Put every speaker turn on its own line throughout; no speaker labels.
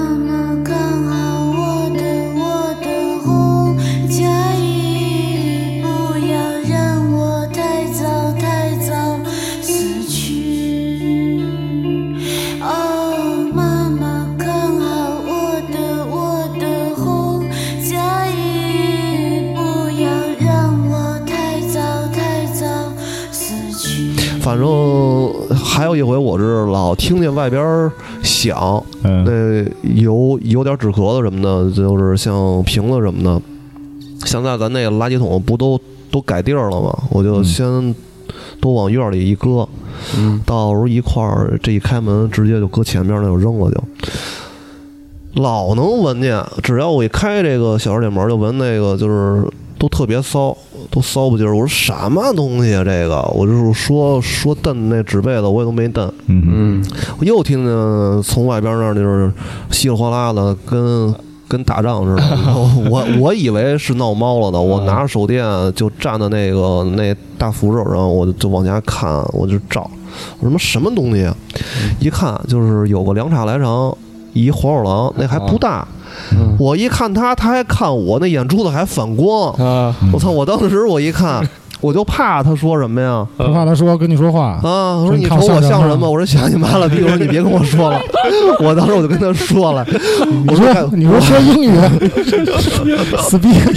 么看好我的我的红嫁衣？不要让我太早太早死去。哦，妈妈看好我的我的红嫁衣，不要让我太早太早死去。
反正还有一回，我是老听见外边儿响，
嗯，
那有有点止咳嗽什么的，就是像瓶子什么的。现在咱那垃圾桶不都都改地儿了吗？我就
嗯
先都往院里一搁，
嗯，
到时候一块儿这一开门，直接就搁前面那就扔了就。老能闻见，只要我一开这个小二铁门，就闻那个就是都特别骚，都骚不劲儿。我说什么东西啊这个？我就是说说蹬那纸被子，我也都没蹬。
嗯
嗯，
我又听见从外边那儿就是稀里哗啦的，跟跟打仗似的。 然后我我以为是闹猫了呢，我拿着手电就站在那个那大扶手上，我就就往家看，我就照，我说什么东西啊？一看就是有个凉茶来长，一黄鼠狼，那还不大。
嗯
我一看他，他还看我，那眼珠子还反光。
啊，
我操！我当时我一看，我就怕他说什么呀？
不怕他说跟你说话，
啊！我说
真
你瞅
靠
我
上
像
上
什么？我说像你妈了逼！我说你别跟我说了。我当时我就跟他说了，我
你
说
说你说说 英语，speak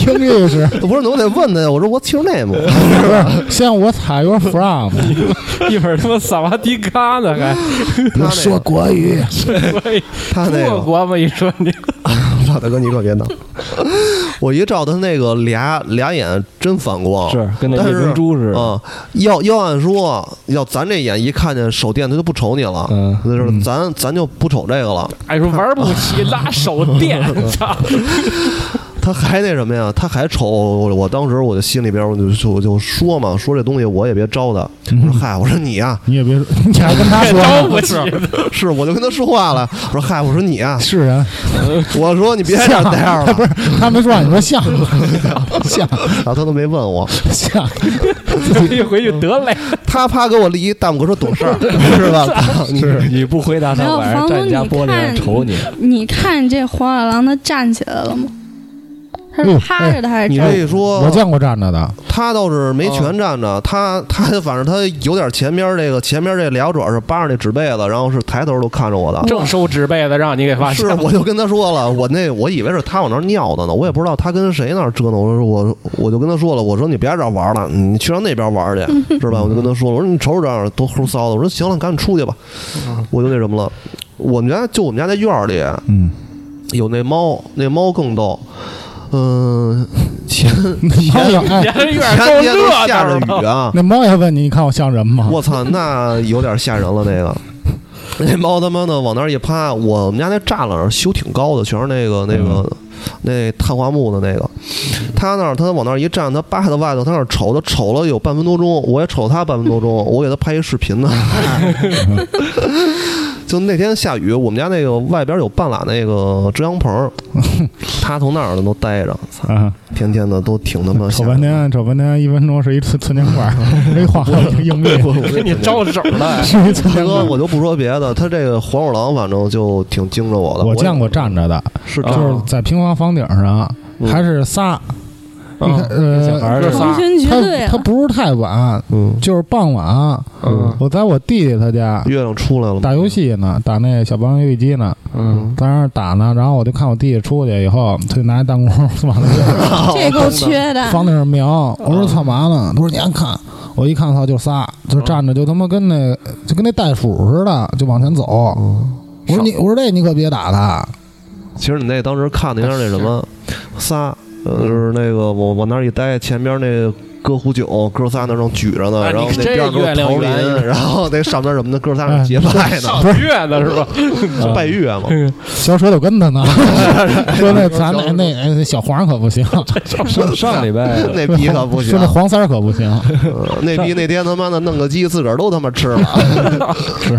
English，
我不是，我得问他呀。我说我 s your name？
哎
不是像我踩 your from，
一会儿他妈萨瓦迪卡呢还，
他那个
国语，
他那
我
个，
国吗？一说你，
老大哥你可别 闹！我一照他那个俩俩眼真反光，
是跟那
但
夜
是
明珠似的。
啊，要要按说，要咱这眼一看见手电，他就不瞅你了。
嗯
就是咱咱就不瞅这个了。
哎，说玩不起，拉手电，操！
他还那什么呀？他还瞅我，我当时我就心里边我就就我就说嘛，说这东西我也别招他。我说
嗯
嗨，我说你呀、
你也别说，你还跟他说
招
呢
不起，
是，我就跟他说话了。我说嗨，我说你呀、
是人，
我说 你别这样那样了。
不是 他没说话，你 说像像
然后他都没问我，
像，
一回去得嘞。
他啪给我立一大拇哥说懂事儿， 是吧？操你
你不回答
没
他，
有
晚上
房
站
东
你家
你
玻璃 上
看
瞅你。
你看这黄鼠狼，它站起来了吗？它
哎
是
呦
趴着的还是
你
站着
这一说，
我见过站着的，
他倒是没全站着，他他反正他有点前边这个前边这俩主要是扒着那纸被子，然后是抬头都看着我的。
正收纸被子，让你给发现
哦是，
了。
我就跟他说了，我那我以为是他往那儿尿的呢，我也不知道他跟谁那儿折腾。我说我我就跟他说了，我说你别这儿玩了，你去上那边玩去， 是吧？我就跟他说了，我说你瞅瞅这样多齁骚的，我说行了，赶紧出去吧。
嗯
我就那什么了，我们家就我们家那院儿里
嗯，
有那猫，那猫更逗。嗯， 前
猫也
你
哎，
还是有
前天
点够
都
热
下着
闹
雨
的。
啊，
那猫也问你，你看我像人吗？
我操，那有点吓人了那个。那猫他妈的往那儿一趴，我们家那栅栏修挺高的，全是那个那个、那碳化木的那个。它那儿它往那儿一站，它扒在外头，它那儿瞅，它瞅了有半分多钟，我也瞅它半分多钟，我给它拍一视频呢。就那天下雨，我们家那个外边有半拉那个遮阳棚，它从那儿都待着，操，
啊，
天天的都挺他妈吓
瞅
人
半
的。
天，瞅半天，一分钟是一寸寸钱块儿，没话，硬币，
跟你招手了，
是一寸
大
钱块
哥，
儿。
我就不说别的，他这个黄鼠狼反正就挺惊着我的。
我
也
见过站着的，
是
啊
就是在平房房顶上，
嗯
还是仨，你看，
小
呃，
孩
这
儿
是
红军局队啊
他他
了？
不是太晚，
嗯，
就是傍晚，
嗯
我在我弟弟他家
月亮出来了吗，
打游戏呢，打那小霸王游戏机呢，
嗯，
在那儿打呢，然后我就看我弟弟出去以后，他就拿一弹弓往 那
这够缺的。
房顶上瞄，我说操嘛呢？他说你看看，我一看操就仨，就站着就他妈跟那就跟那袋鼠似的，就往前走。我说你，我说这你可别打他，
其实你那当时看的有点那什 么，仨，呃，就是那个我往那儿一待，前边那哥壶酒，哥仨那正举着呢，
啊
然后
你
那
这
边
月
哥
亮
桃
圆
林，然后那上边什么的，哥仨是结拜呢，
上月呢是吧？
是拜月嘛。
小水手跟他 呢，说那咱那那哎那小黄可不行，
上上礼 拜
那逼可不行
说那，黄三儿可不行，
呃那逼那天他妈的弄个鸡，自个儿都他妈吃了。
是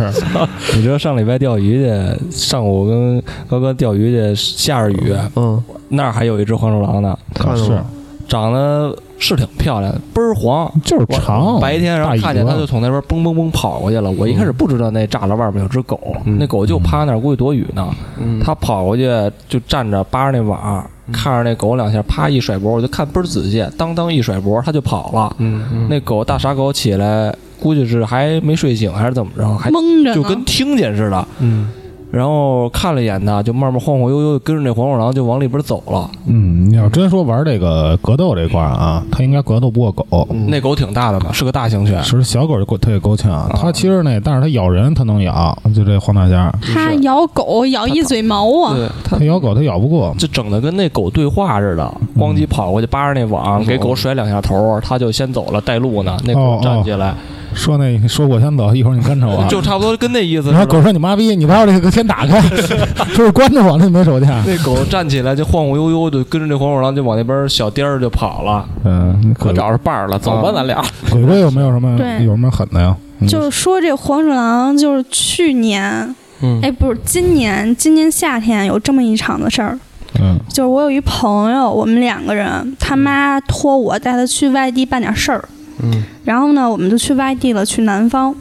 你知道上礼拜钓鱼去，上午跟高哥钓鱼去，下着雨，
嗯，
那儿还有一只黄鼠狼呢，
看着
是
吗，
长得是挺漂亮的，倍儿黄。
就是
我
长，
白天，然
大
后
尾
看见它
巴
就从那边蹦蹦蹦跑过去了。我一开始不知道那栅栏外边有只狗，
嗯
那狗就趴那儿，估计躲雨呢。
嗯
它跑过去就站着扒着那网，看着那狗两下，啪一甩脖，我就看倍儿仔细，当当一甩脖，它就跑了。
嗯
那狗大傻狗起来，估计是还没睡醒还是怎么着，还
蒙着
就跟
呢，
听见似的。
嗯
然后看了一眼它，就慢慢晃晃悠悠地跟着那黄鼠狼就往里边走了。
嗯，你要真说玩这个格斗这块儿啊，它应该格斗不过狗。
那狗挺大的吧，是个大型犬。
其实小狗就够，它也够
啊
呛。它其实那，但是它咬人，它能咬，就这黄大仙儿，
它咬狗咬一嘴毛啊，
对，它
它咬狗它咬不过。
就整的跟那狗对话似的，咣叽跑过去扒着那网，给狗甩两下头，它就先走了，带路呢。那
哦
狗
哦
站起来，
说那说我先走，一会儿你跟着我。
就差不多跟那意思
然后
似的。
狗说你妈逼，你把我这个先打 开，说是关着我，那没手电。
那狗站起来就晃晃悠悠的跟着那黄鼠狼就往那边小颠儿就跑了，
嗯，
我
鬼
找着伴儿了，走吧，
啊
咱俩。
鬼鬼有没有什么
对
有什么狠的呀？嗯
就是说这黄鼠狼就是去年，
嗯
哎，不是今年，今年夏天有这么一场的事儿。
嗯
就是我有一朋友，我们两个人，他妈托我带他去外地办点事儿，
嗯，
然后呢，我们就去外地了，去南方，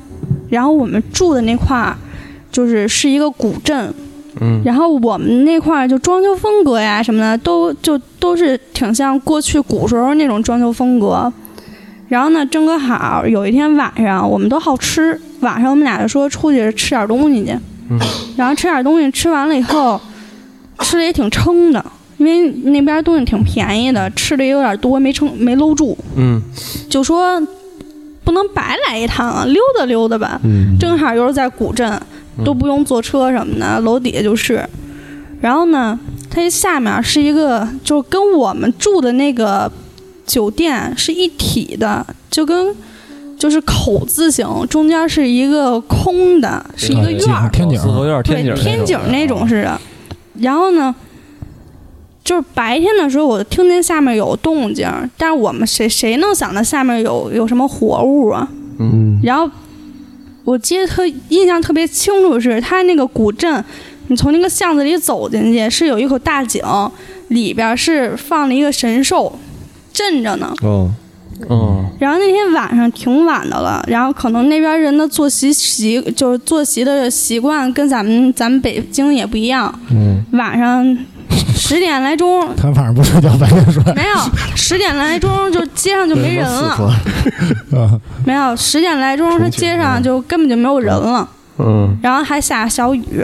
然后我们住的那块儿就是是一个古镇，
嗯
然后我们那块儿就装修风格呀什么的，都就都是挺像过去古时候那种装修风格。然后呢，正哥好有一天晚上，我们都好吃，晚上我们俩就说出去吃点东西去。
嗯
然后吃点东西，吃完了以后，吃的也挺撑的，因为那边东西挺便宜的，吃的也有点多，没撑没搂住，
嗯
就说不能白来一趟啊，溜达溜达吧。
嗯，
正好又是在古镇，都不用坐车什么的，楼底下就是。然后呢，它下面是一个，就是跟我们住的那个酒店是一体的，就跟就是口字形，中间是一个空的，是一个
对
院
景，哎
儿
天井
四合院
对
天井
天井那种
是
似的。然后呢，就是白天的时候，我就听见下面有动静，但是我们谁谁能想到下面有有什么活物啊？
嗯
然后我记得特印象特别清楚的是，它那个古镇，你从那个巷子里走进去，是有一口大井，里边是放了一个神兽镇着呢。
哦，
嗯
然后那天晚上挺晚的了，然后可能那边人的作息习就是作息的习惯跟咱们咱们北京也不一样，
嗯
晚上十点来钟
它晚上不睡觉，白天 睡
没有，十点来钟就街上就没人了，
啊。
没有十点来钟，它街上就根本就没有人了，
嗯
然后还下小雨，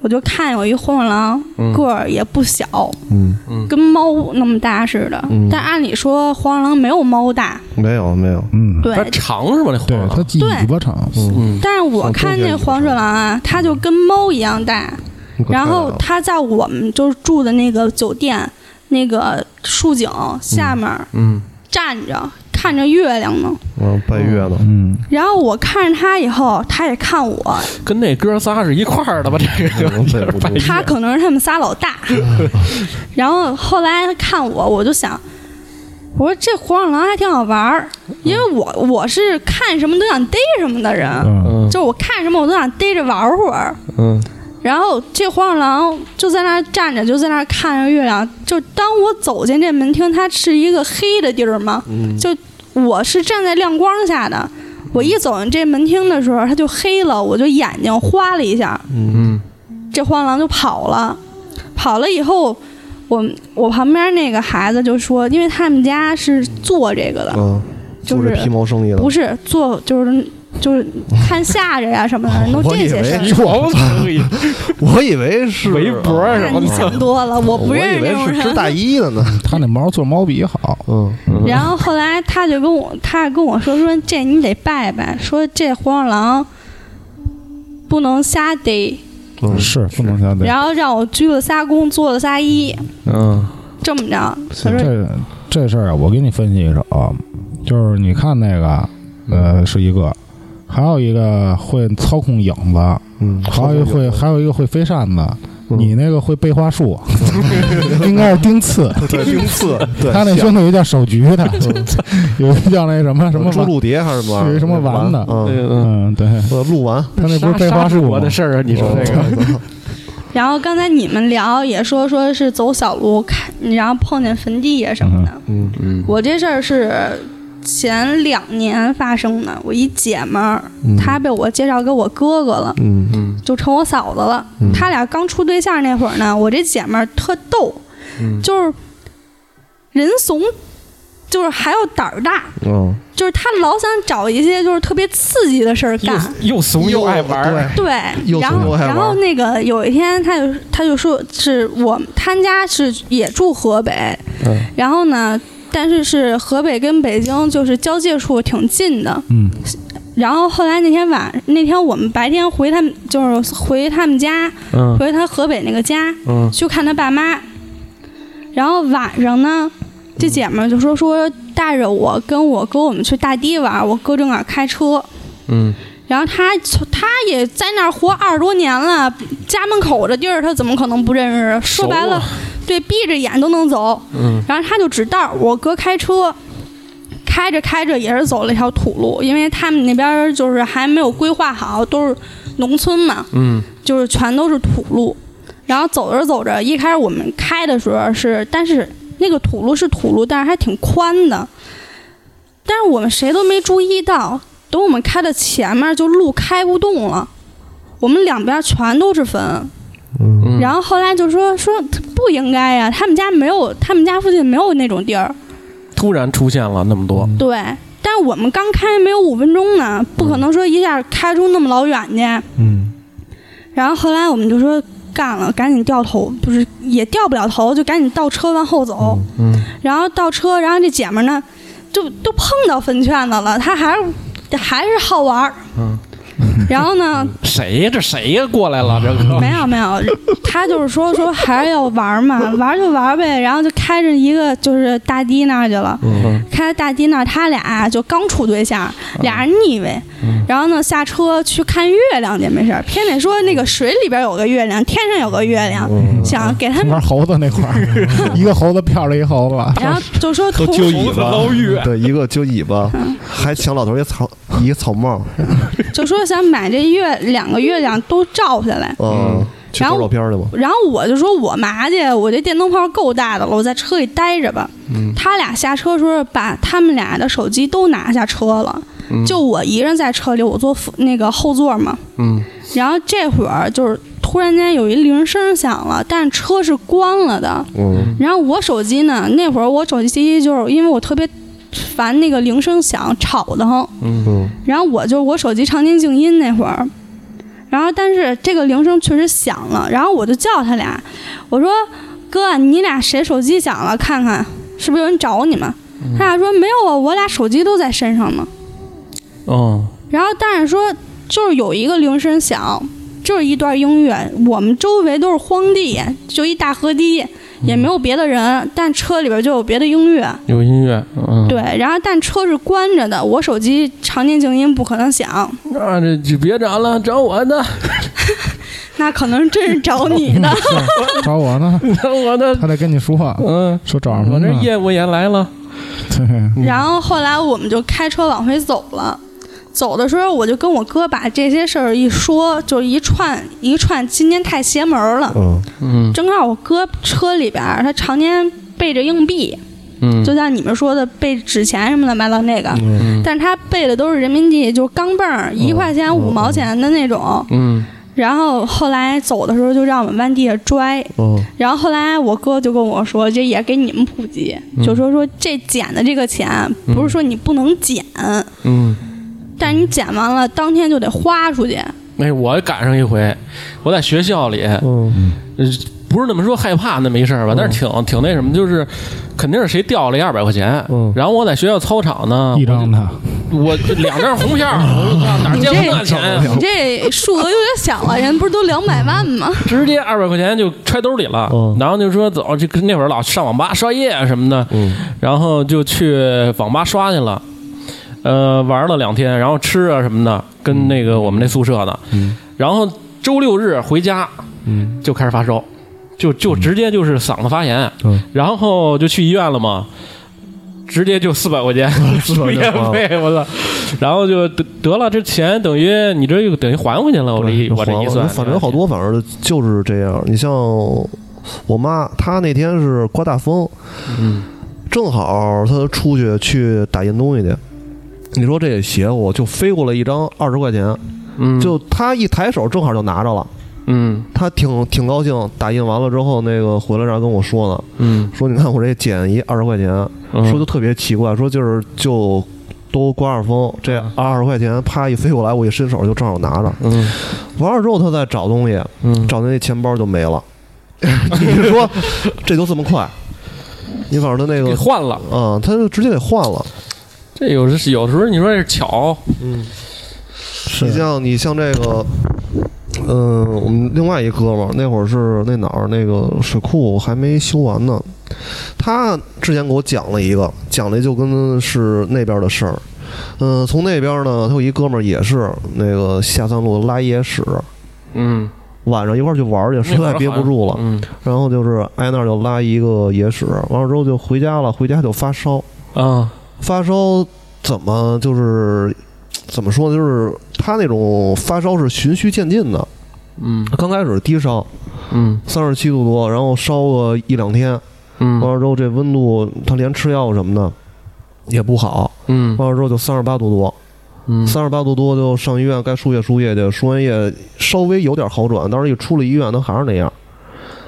我就看有一黄鼠狼，个儿也不小，
嗯，
跟猫那么大似的，但按理说黄鼠狼没有猫大，
没有没有，
嗯，
对
它，长是吧？那啊
对，它
黄
记尾巴长。
嗯
但是我
像
看
中间
那
有
黄鼠
什么
狼啊，它就跟猫一样大，
你可
然
太
后
大了
它在我们就是住的那个酒店那个树井下面
嗯
站着、看着月亮呢。
嗯拜月呢，
嗯，
然后我看着它以后，它也看我，
跟那哥仨是一块儿的吧？这个
嗯
有 点半夜
它可能是他们仨老 大。然后后来它看我，我就想。我说这黄鼠狼还挺好玩儿，因为我我是看什么都想逮什么的人，
嗯
嗯
就是我看什么我都想逮着玩会儿。
嗯
然后这黄鼠狼就在那儿站着，就在那儿看着月亮。就当我走进这门厅，它是一个黑的地儿嘛，
嗯
就我是站在亮光下的。我一走进这门厅的时候，它就黑了，我就眼睛花了一下，
嗯
这黄鼠狼就跑了。跑了以后，我我旁边那个孩子就说，因为他们家是做这个的，
嗯，
就
做
是
这皮毛生意的
不，是做就是就是看夏着呀什 么的，都
我
这
以
些
为
事儿。
黄鼠狼
我以为是
围脖儿什
那
么
你想
的，
多了，我不
我
认识
以
这
为
种
是
人
织。大衣的呢，
它那毛做毛笔好。
嗯，
然后后来他就跟我，他跟我说说这你得拜拜，说这黄鼠狼不能瞎逮，
嗯
是不能相对。
然后让我鞠了仨躬，做了仨揖，
嗯
这么着。我说
这这事儿啊，我给你分析一手，就是你看那个，呃，是一个，还有一个会操控影子，嗯
嗯，
还有一个会，还有一个会飞扇子。你那个会背花 术，应该是丁次。
对冰刺，对，
他那兄弟有一叫手局的，有一个叫那什么什么
猪
玩
鹿蝶还是什么玩意儿？
是什么丸呢
嗯，
嗯。
嗯，对，
呃鹿丸，
他那不是背花术
我
吗
嗯
的？事儿啊！你说这个，
个，
然后刚才你们聊也说说是走小路看，然后碰见坟地啊呀什么的。
嗯嗯，
我这事儿是前两年发生的，我一姐们儿，
嗯
她被我介绍给我哥哥了，
嗯
就成我嫂子了。
嗯
他俩刚处对象那会儿呢，我这姐们儿特逗，
嗯
就是人怂，就是还要胆儿大，
嗯，
哦
就是她老想找一些就是特别刺激的事儿干。
又又
嗯
怂 又爱玩儿，
对
又，
然
怂又
后
爱玩
然后那个有一天，他就他就说是我他们家是也住河北，
嗯
然后呢，但是是河北跟北京就是交界处挺近的，
嗯，
然后后来那天晚那天我们白天回他们就是回他们家，
嗯
回他河北那个家
嗯
去看他爸妈，然后晚上呢。这姐们儿就说说带着我跟我哥我们去大堤玩儿，我哥正好开车，
嗯
然后他从他也在那儿活二十多年了，家门口的地儿他怎么可能不认识？说白了，
熟啊
对，闭着眼都能走。
嗯
然后他就指道，我哥开车，开着开着也是走了一条土路，因为他们那边儿就是还没有规划好，都是农村嘛，
嗯
就是全都是土路。然后走着走着，一开始我们开的时候是，但是那个土路是土路，但是还挺宽的。但是我们谁都没注意到，等我们开到前面，就路开不动了，我们两边全都是坟。
嗯，
然后后来就说说不应该呀、他们家没有，他们家附近没有那种地儿。
突然出现了那么多，
对，但是我们刚开没有五分钟呢，不
嗯
可能说一下开出那么老远去。
嗯，
然后后来我们就说干了，赶紧掉头，就是也掉不了头，就赶紧倒车往后走。
嗯
然后倒车，然后这姐们儿呢，就都碰到坟圈子了，她还是还是好玩儿。
嗯。
然后呢？
谁呀？这谁呀？过来了，这个
没有没有，她就是说说还是要玩儿嘛，玩儿就玩儿呗。然后就开着一个就是大堤那儿去了，
嗯
开大堤那儿，他俩就刚处对象，俩人腻歪，然后呢下车去看月亮去，没事儿，偏得说那个水里边有个月亮，天上有个月亮，想给他们，
玩猴子那块儿，一个猴子票着一猴子，
然后就说
都
同
揪
时
尾巴，
捞月
对，一个揪尾巴，还抢老头一草一草帽，
就说想把这月两个月亮都照下来，
嗯，去
然后
照照片去吧，
然后我就说我麻去，我这电灯泡够大的了，我在车里待着吧。他俩下车的时候，把他们俩的手机都拿下车了，就我一人在车里，我坐副那个后座嘛。
嗯
然后这会儿就是突然间有一铃声响了，但是车是关了的。
嗯
然后我手机呢，那会儿我手机就是因为我特别烦那个铃声响，吵得慌。
嗯
然后我就我手机常年静音那会儿，然后但是这个铃声确实响了，然后我就叫他俩，我说哥，你俩谁手机响了？看看是不是有人找你们？
嗯
他俩说没有啊，我俩手机都在身上呢。
嗯
然后但是说就是有一个铃声响，就是一段音乐，我们周围都是荒地，就一大河堤，也没有别的人，但车里边就有别的音乐。
有音乐，嗯，
对，然后但车是关着的，我手机常年静音不可能响，
那这就别找了，找我呢，
那可能真是找你呢。
找我呢，
找我呢，
他得跟你说，
嗯，
说找什么
我这
呢？
业务也来了，
对，
然后后来我们就开车往回走了。走的时候，我就跟我哥把这些事儿一说，就一串一串。今天太邪门儿了，
嗯
嗯
正好我哥车里边儿他常年备着硬币，
嗯
就像你们说的备纸钱什么的，买到那个，
嗯
但是他备的都是人民币，就是钢镚儿，一块钱、五毛钱的那种。
嗯
然后后来走的时候就让我们往地下拽，
嗯
然后后来我哥就跟我说，这也给你们普及，
嗯
就说说这捡的这个钱不是说你不能捡，
嗯。
但是你捡完了当天就得花出去。
哎，我赶上一回，我在学校里，
嗯
呃，不是那么说害怕那么一事儿
嗯
吧，但是挺挺那什么，就是肯定是谁掉了一二百块钱，
嗯
然后我在学校操场呢，
一张的，
我就两张红 票，我就操哪儿
你
见
这
过那钱呀，
你这数额有点小了，人不是都两百万吗？
直接二百块钱就揣兜里了，
嗯
然后就说走，就跟那会儿老上网吧刷夜啊什么的，
嗯
然后就去网吧刷去了，呃，玩了两天，然后吃啊什么的，
嗯
跟那个我们那宿舍的，然后周六日回家，
嗯
就开始发烧，就就直接就是嗓子发炎，
嗯
然后就去医院了嘛，直接就四百块钱
400
住
块钱
院费，我操！然后就得得了这钱，等于你这又等于还回去了。我这一
对
我这
黄
一
了
算，
反正好多，反正就是这样。你像我妈，她那天是刮大风，
嗯，
正好她出去去打印东西去。你说这邪乎，就飞过来一张二十块钱，
嗯，
就她一抬手正好就拿着了，
嗯
她挺挺高兴。打印完了之后，那个回来让跟我说呢，
嗯，
说你看我这捡一二十块钱，
嗯
说就特别奇怪，说就是就都刮着风，
嗯
这二十块钱啪一飞过来，我一伸手就正好拿着。
嗯
完了之后，他再找东西，
嗯
找那钱包就没 了。你说这都这么快？你反正他那
给
个，
换了。
啊，他就直接给换了。
这有时有时候你说是巧，
你
是
像你像这个，嗯、我们另外一哥们儿那会儿是那哪儿那个水库还没修完呢，他之前给我讲了一个，讲的就跟是那边的事儿。嗯、从那边呢，他有一哥们儿也是那个下三路拉野屎，
嗯，
晚上一块儿去玩儿去，实在憋不住了，
嗯
然后就是挨那儿就拉一个野屎，完了之后就回家了，回家就发烧，
啊，
发烧怎么就是怎么说呢？就是他那种发烧是循序渐进的，
嗯
刚开始低烧
嗯
三十七度多，然后烧个一两天，完
嗯
了之后这温度他连吃药什么的也不好，
嗯
完了之后就三十八度多，
嗯，
三十八度多就上医院该输液输液去，输完液稍微有点好转，但是一出了医院他还是那样。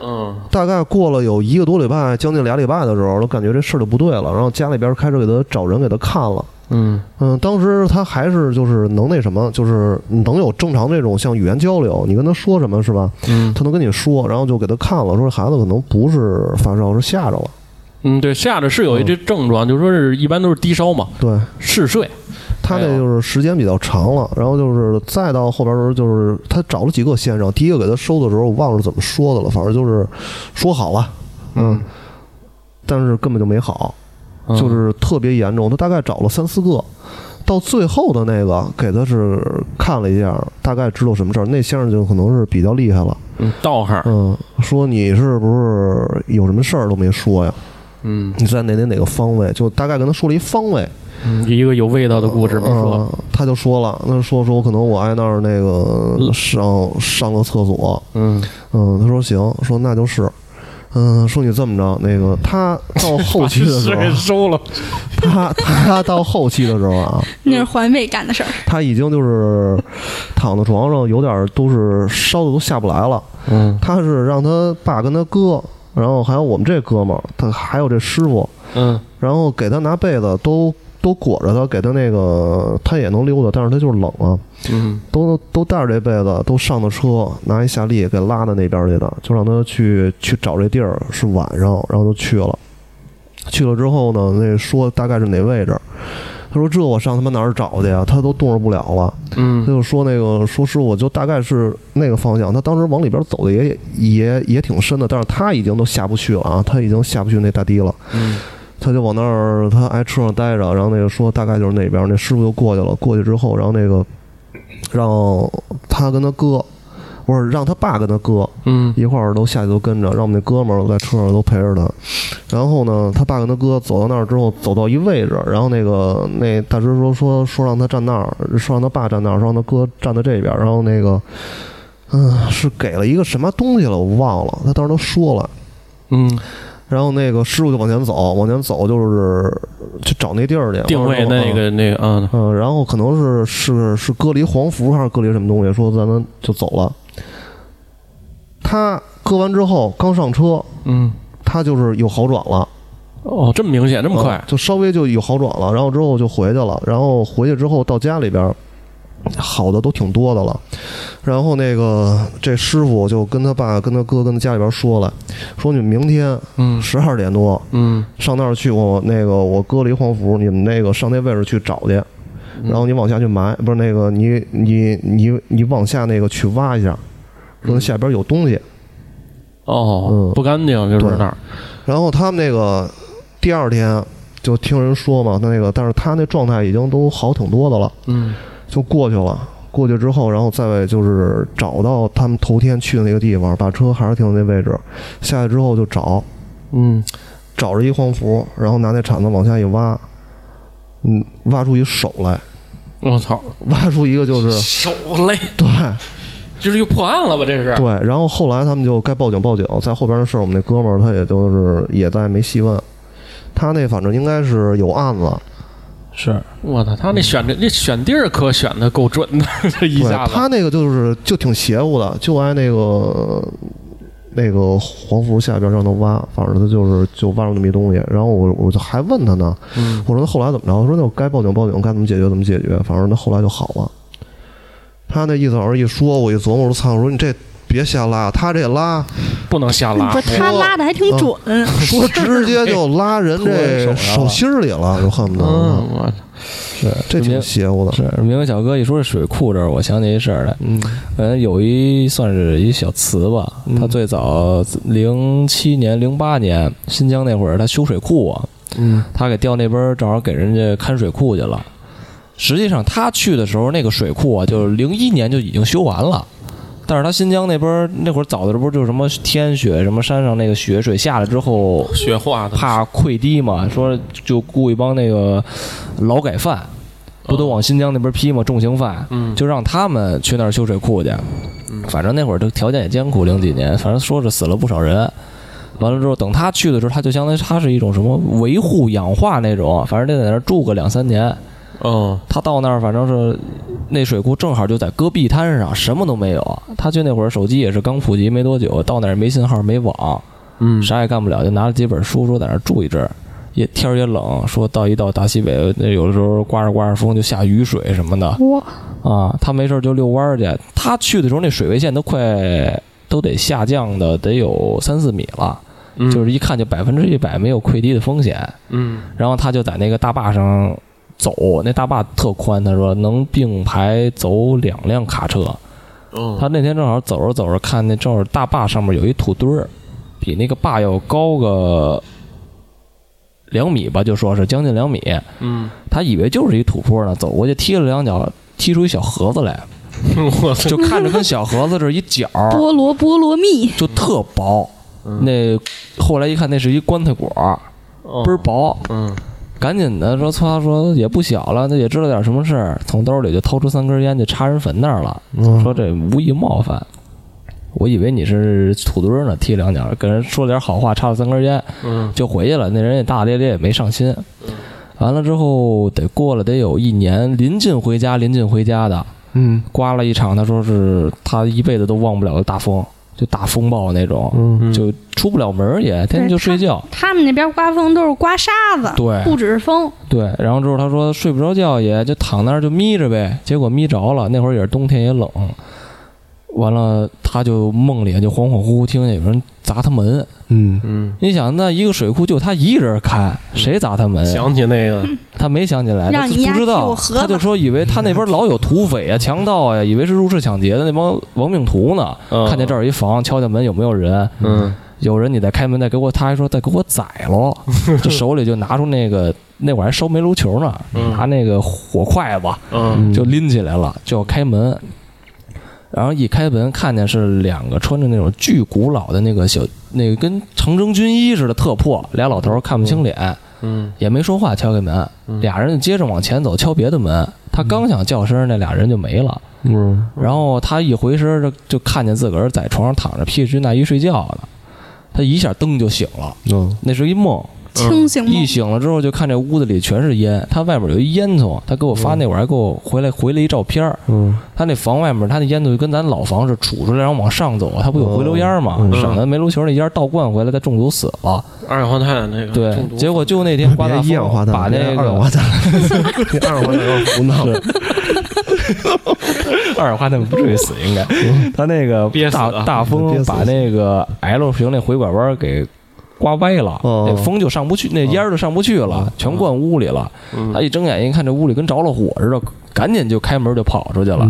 嗯
大概过了有一个多礼拜，将近俩礼拜的时候，都感觉这事儿就不对了，然后家里边开始给他找人给他看了。
嗯
嗯，当时他还是就是能那什么，就是能有正常这种像语言交流，你跟他说什么是吧？
嗯
他能跟你说，然后就给他看了，说这孩子可能不是发烧，是吓着了。
嗯，对，下着是有一这症状，就说是一般都是低烧嘛，
对
嗜睡，
他
哎
那
呦
就是时间比较长了，然后就是再到后边的时候，就是他找了几个先生，第一个给他收的时候，我忘了怎么说的了，反正就是说好了，嗯，但是根本就没好，
嗯
就是特别严重。他大概找了三四个，到最后的那个给他是看了一下，大概知道什么事儿。那先生就可能是比较厉害了，
嗯道行，
嗯，说你是不是有什么事儿都没说呀？
嗯，
你在哪哪哪个方位？就大概跟他说了一方位。
嗯一个有味道的故事，没说，
嗯他就说了，那说说可能我挨那儿那个上上个厕所，
嗯
嗯，他说行，说那就是。嗯，说你这么着，那个他到后期的 时候，
收了，
他他到后期的时候啊，
那是环卫干的事儿。
他已经就是躺在床上，有点儿都是烧的都下不来了。
嗯
他是让他爸跟他哥，然后还有我们这哥们儿，他还有这师傅，
嗯
然后给他拿被子都都裹着他，给他那个他也能溜达，但是他就是冷啊，
嗯
都都带着这被子，都上的车，拿一夏利给拉到那边去的，就让他去去找这地儿，是晚上，然后就去了。去了之后呢，那说大概是哪位置，他说这我上他妈哪儿找去啊？他都动弹不了了。他
嗯
就说那个说师傅，我就大概是那个方向。他当时往里边走的也也也挺深的，但是他已经都下不去了啊，他已经下不去那大堤了。
嗯
他就往那儿，他挨车上待着，然后那个说大概就是那边，那师傅就过去了。过去之后，然后那个让他跟他哥，不是让他爸跟他哥
嗯
一块儿都下去都跟着，让我们那哥们儿在车上都陪着他。然后呢，他爸跟他哥走到那儿之后，走到一位置，然后那个那大师说说说让他站那儿，说让他爸站那儿，说让他哥站在这边，然后那个。嗯，是给了一个什么东西了，我忘了。他当时都说了，
嗯，
然后那个师傅就往前走，往前走就是去找那地儿去
定位那。
嗯
个那个，嗯
嗯，然后可能是是是隔离黄符还是隔离什么东西，说咱们就走了。他割完之后刚上车，
嗯，
他就是有好转了，
哦，这么明显，这
嗯
么快，
就稍微就有好转了。然后之后就回去了，然后回去之后到家里边儿，好的都挺多的了。然后那个这师傅就跟他爸、跟他哥、跟他家里边儿说了，说你们明天
嗯
十二点多
嗯
上那儿去，我那个我割了一黄符，你们那个上那位置去找去，然后你往下去埋，不是那个你你你你往下那个去挖一下，说下边有东西。
哦
嗯，
不干净就是那儿，
然后他们那个第二天就听人说嘛，他那个但是他那状态已经都好挺多的了，
嗯
就过去了。过去之后，然后再就是找到他们头天去的那个地方，把车还是停在那位置，下去之后就找，
嗯
找着一黄符，然后拿那铲子往下一挖，嗯，挖出一手来。
我操，
挖出一个就是
手累，
对
就是又破案了吧？这是
对，然后后来他们就该报警报警，在后边的事儿，我们那哥们儿他也就是也在没细问，他那反正应该是有案子，
是
我操，他那选的那选地儿可选的够准的， 这一
对
下子
他那个就是就挺邪乎的，就挨那个那个黄符下边让他挖，反正他就是就挖出那么一东西。然后我我就还问他呢，
嗯
我说他后来怎么着？他说那我该报警报警，该怎么解决怎么解决。反正他后来就好了。他那意思，老师一说，我一琢磨，我说操，我说你这别瞎拉，他这拉
不能瞎拉
嗯
嗯
不，是他拉的还挺准，
说直接就拉人
脱人
这
手上
手
了
心儿里了，就恨不得
嗯，我操
是
这挺邪乎的。
是，明哥小哥一说这水库这儿，我想起一事儿来。
嗯，
嗯，有一算是一小词吧，他最早零七年、零八年新疆那会儿，他修水库啊，
嗯，
他给调那边儿正好给人家看水库去了。实际上他去的时候，那个水库啊，就是零一年就已经修完了。但是他新疆那边儿那会儿早的时候不是就是什么天雪，什么山上那个雪水下来之后
雪化的
怕溃堤嘛，说就雇一帮那个劳改犯，不都往新疆那边批嘛，重刑犯，
嗯
就让他们去那儿修水库去。反正那会儿这条件也艰苦，零几年，反正说是死了不少人。完了之后，等他去的时候，他就相当于他是一种什么维护氧化那种，反正得在那儿住个两三年。
嗯
他到那儿，反正是那水库正好就在戈壁滩上，什么都没有。他去那会儿手机也是刚普及没多久，到那儿没信号没网，
嗯
啥也干不了，就拿着几本书说在那儿住一阵儿。也天儿也冷，说到一到大西北，那有的时候刮着刮着风就下雨水什么的
哇，
啊。他没事儿就遛弯儿去。他去的时候那水位线都快都得下降的得有三四米了，
嗯
就是一看就百分之一百没有溃堤的风险。
嗯
然后他就在那个大坝上走，那大坝特宽，他说能并排走两辆卡车。
嗯
他那天正好走着走着，看那正好大坝上面有一土堆儿，比那个坝要高个两米吧，就说是将近两米。
嗯，
他以为就是一土坡呢，走过去踢了两脚，踢出一小盒子来，
我操，
就看着跟小盒子似的，一角儿
菠萝菠萝蜜，
就特薄。那后来一看，那是一棺材果儿，倍儿
哦
薄。
嗯
赶紧的说，他说也不小了，那也知道点什么事儿，从兜里就掏出三根烟，就插人坟那儿了。
嗯
说这无意冒犯，我以为你是土堆儿呢，踢两脚，跟人说点好话，插了三根烟
嗯
就回去了。那人也大大咧咧，也没上心。完了之后，得过了得有一年，临近回家，临近回家的，
嗯
刮了一场，他说是他一辈子都忘不了的大风，就大风暴那种，
嗯，
就出不了门儿也，天天就睡觉。
他们那边刮风都是刮沙子，
对
不只是风，
嗯
对，然后之后他说睡不着觉也就躺那儿就眯着呗，结果眯着了，那会儿也是冬天也冷，完了他就梦里就恍恍惚惚听见有人砸他门，
嗯，
嗯，
你想那一个水库就他一人看，谁砸他门？
想起那个
他没想起来，
让
他
你丫
不知
替
道
我，合吧
他就说以为他那边老有土匪啊、强盗啊，以为是入室抢劫的那帮亡命徒呢，
嗯
看见这儿有一房，敲敲门有没有人，
嗯
有人你再开门再给我，他还说再给我宰喽， 这手里就拿出那个那会儿还烧煤炉球呢，
嗯
拿那个火筷子
嗯
就拎起来了，就要开门，然后一开门看见是两个穿着那种巨古老的那个小那个跟长征军医似的特破，俩老头儿看不清脸，
嗯
也没说话，敲开门，
嗯
俩人就接着往前走，敲别的门。他刚想叫声，那俩人就没了。
嗯，
然后他一回身就就看见自个儿在床上躺着，披着军大衣睡觉呢。他一下噔就醒了，
嗯，
那是一梦。
清醒梦
一醒了之后就看这屋子里全是烟，他外面有一烟囱，他给我发那会儿还给我回来回了一照片儿。
嗯，
他那房外面他那烟囱就跟咱老房是杵出来，然后往上走，啊他不有回流烟儿吗？
嗯
省得煤炉球那烟儿倒灌回来，他中毒死了。
二氧化碳那个
对
嗯中，毒
结果就那天刮大
别一氧化
风，
碳，
把那
别二氧
个
化碳， 你二氧化碳有点胡闹。
二氧化碳不至于死，应该他那个
憋死
大
了
大风
嗯 憋死
把那个 L 型那回拐弯给刮歪了，
哦
那风就上不去，那烟儿就上不去了，全灌屋里了。
嗯
他一睁眼一看，这屋里跟着了火似的，赶紧就开门就跑出去了。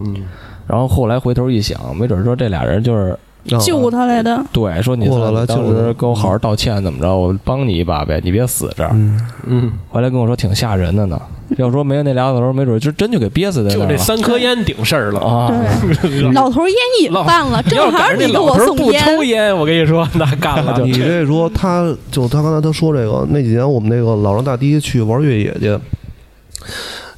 嗯
然后后来回头一想，没准说这俩人就是
啊
救他来的，
对，说你
过来了
当
救人
时给我好好道歉，怎么着，我帮你一把呗，你别死这儿。
嗯，
回来跟我说挺吓人的呢， 要说没有那俩老头儿，没准就真就给憋死在那
就
儿
这
了
三颗烟顶事儿了。
啊。
对，老头烟瘾犯了，
要
正
赶
好
上
你
那
给
老
我
头
送
不抽
烟，
烟，哎我跟你说，那 干 了
你这说他就他刚才他说这个那几年我们那个老让大堤去玩越野去，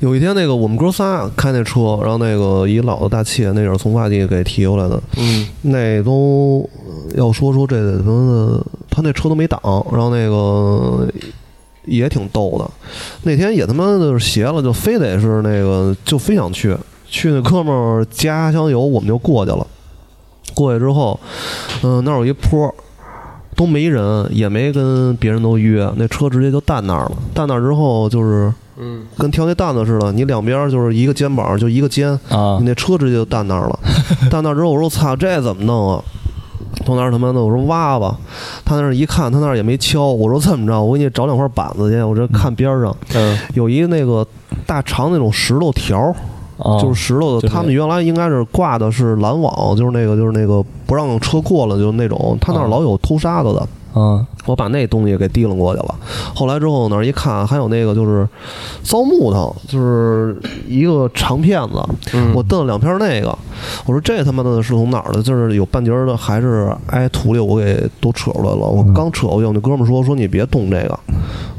有一天，那个我们哥仨开那车，然后那个一老的大切，那也是从外地给提过来的，
嗯，
那都要说说这他妈的，他那车都没挡，然后那个也挺逗的。那天也他妈的是邪了，就非得是那个，就非想去去那哥们儿加箱油，我们就过去了。过去之后，嗯、那儿有一坡，都没人，也没跟别人都约，那车直接就淡那儿了。淡那儿之后就是，嗯，跟挑那担子似的，你两边就是一个肩膀，就一个肩，
啊
你那车直接就淡那 儿了。淡那儿之后，我说操，这怎么弄啊？到那儿他妈的，我说挖吧，他那儿一看，他那儿也没敲。我说这么着，我给你找两块板子去。我这看边儿上
嗯，
有一那个大长那种石头条儿，
啊
就是石头
就
的。
是
他们原来应该是挂的是拦网，就是那个就是那个不让车过了，就是那种。他那儿
啊
老有偷沙子的，
啊
我把那东西给提楞过去了。后来之后那儿一看，还有那个就是糟木头，就是一个长片子，我蹬了两片那个，我说这他妈的是从哪儿的？就是有半截儿的，还是挨土里我给都扯出来了。我刚扯过去，我那哥们儿说说你别动这个，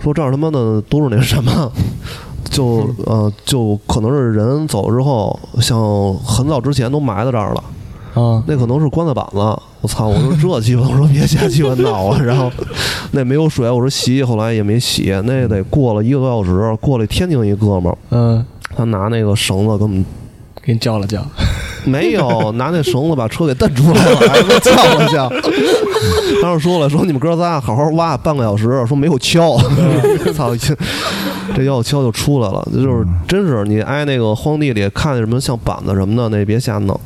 说这儿他妈的都是那什么。 就呃，就可能是人走之后，像很早之前都埋在这儿了，
啊
那可能是棺材板子。我操！我说这鸡巴，我说别瞎鸡巴闹了。然后那没有水，我说洗，后来也没洗，那得过了一个多小时。过了天津一哥们儿，
嗯，
他拿那个绳子跟我们
给你叫了叫，
没有拿那绳子把车给蹬出来了，还给撬了下。当时说了，说你们哥仨好好挖半个小时，说没有锹， 操，这这要有锹就出来了。这就是真是你挨那个荒地里看见什么像板子什么的，那别瞎弄。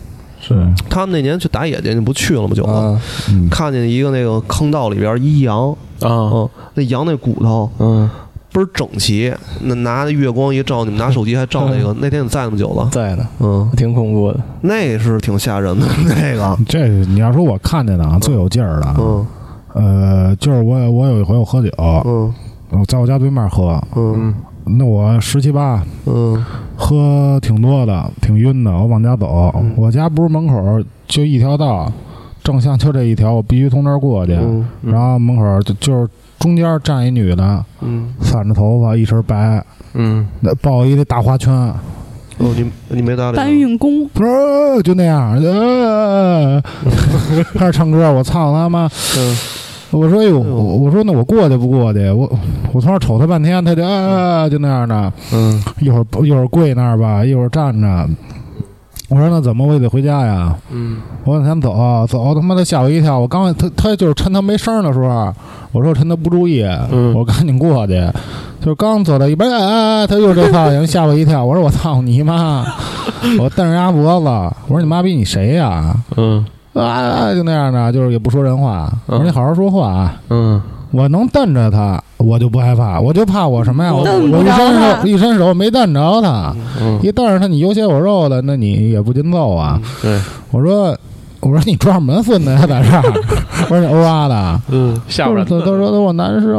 是，
他们那年去打野去，你不去了吗？就、
啊
嗯，
看见一个那个坑道里边一羊，
啊，
嗯，那羊那骨头
嗯，
倍儿整齐，那拿月光一照，你们拿手机还照那个。那天你在那么久了，
在呢，
嗯，
挺恐怖的，
那是挺吓人的 那个，
这你要说我看见的啊，最有劲儿的啊，
嗯
呃，就是我我有一回我喝酒，
嗯
我在我家对面喝，
嗯
那我十七八，
嗯
喝挺多的，挺晕的。我往家走，我家不是门口就一条道，正向就这一条，我必须从这儿过去。
嗯
然后门口就就是中间站一女的，
嗯，
散着头发，一身白，
嗯，
那抱一那大花圈，
哦，你你没搭理他
搬运工，
不是就那样，呃，开始唱歌。我操他妈！
嗯
我说
哎
哟，我我说那我过去不过去？我我从那儿瞅他半天，他就
嗯
啊就那样的，
嗯
一会儿一会儿跪那儿吧，一会儿站着。我说那怎么我也得回家呀？
嗯
我往前走，走他妈的吓我一跳！我刚他他就是趁他没声儿的时候，啊我说趁他不注意，
嗯
我赶紧过去，就是刚走到一边，哎哎哎，他又这造型吓我一跳！我说我操你 妈！我瞪着人家脖子，我说你妈逼你谁呀、啊？
嗯
啊，就那样的，就是也不说人话。我说你好好说话啊！
嗯
我能瞪着他，我就不害怕，我就怕我什么呀？我
嗯瞪不
我一
着
伸
他
手一伸手没瞪着他，
嗯，
一瞪着他你有血有肉的，那你也不禁揍啊！
对，
我说我说你装什么孙子呀，在这儿？我说你欧啊的，
嗯，吓
他
人
说他
的，
说我难受，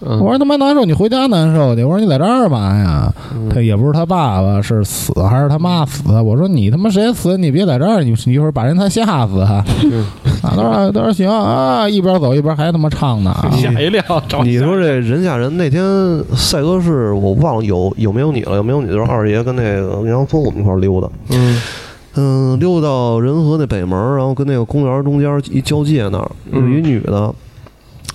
嗯
我说他妈难受，你回家难受去，我说你在这儿干嘛呀？
嗯
他也不是他爸爸是死还是他妈死，啊我说你他妈谁死？你别在这儿，你你一会儿把人他吓死啊！
嗯
他说他说行啊，一边走一边还他妈唱呢啊！
吓一跳，找
你说这人吓人，那天赛哥是我忘了有有没有你了，有没有你就是二爷跟那个杨峰我们一块儿溜达，
嗯
嗯，溜到仁和那北门儿，然后跟那个公园中间一交界那儿有一女的，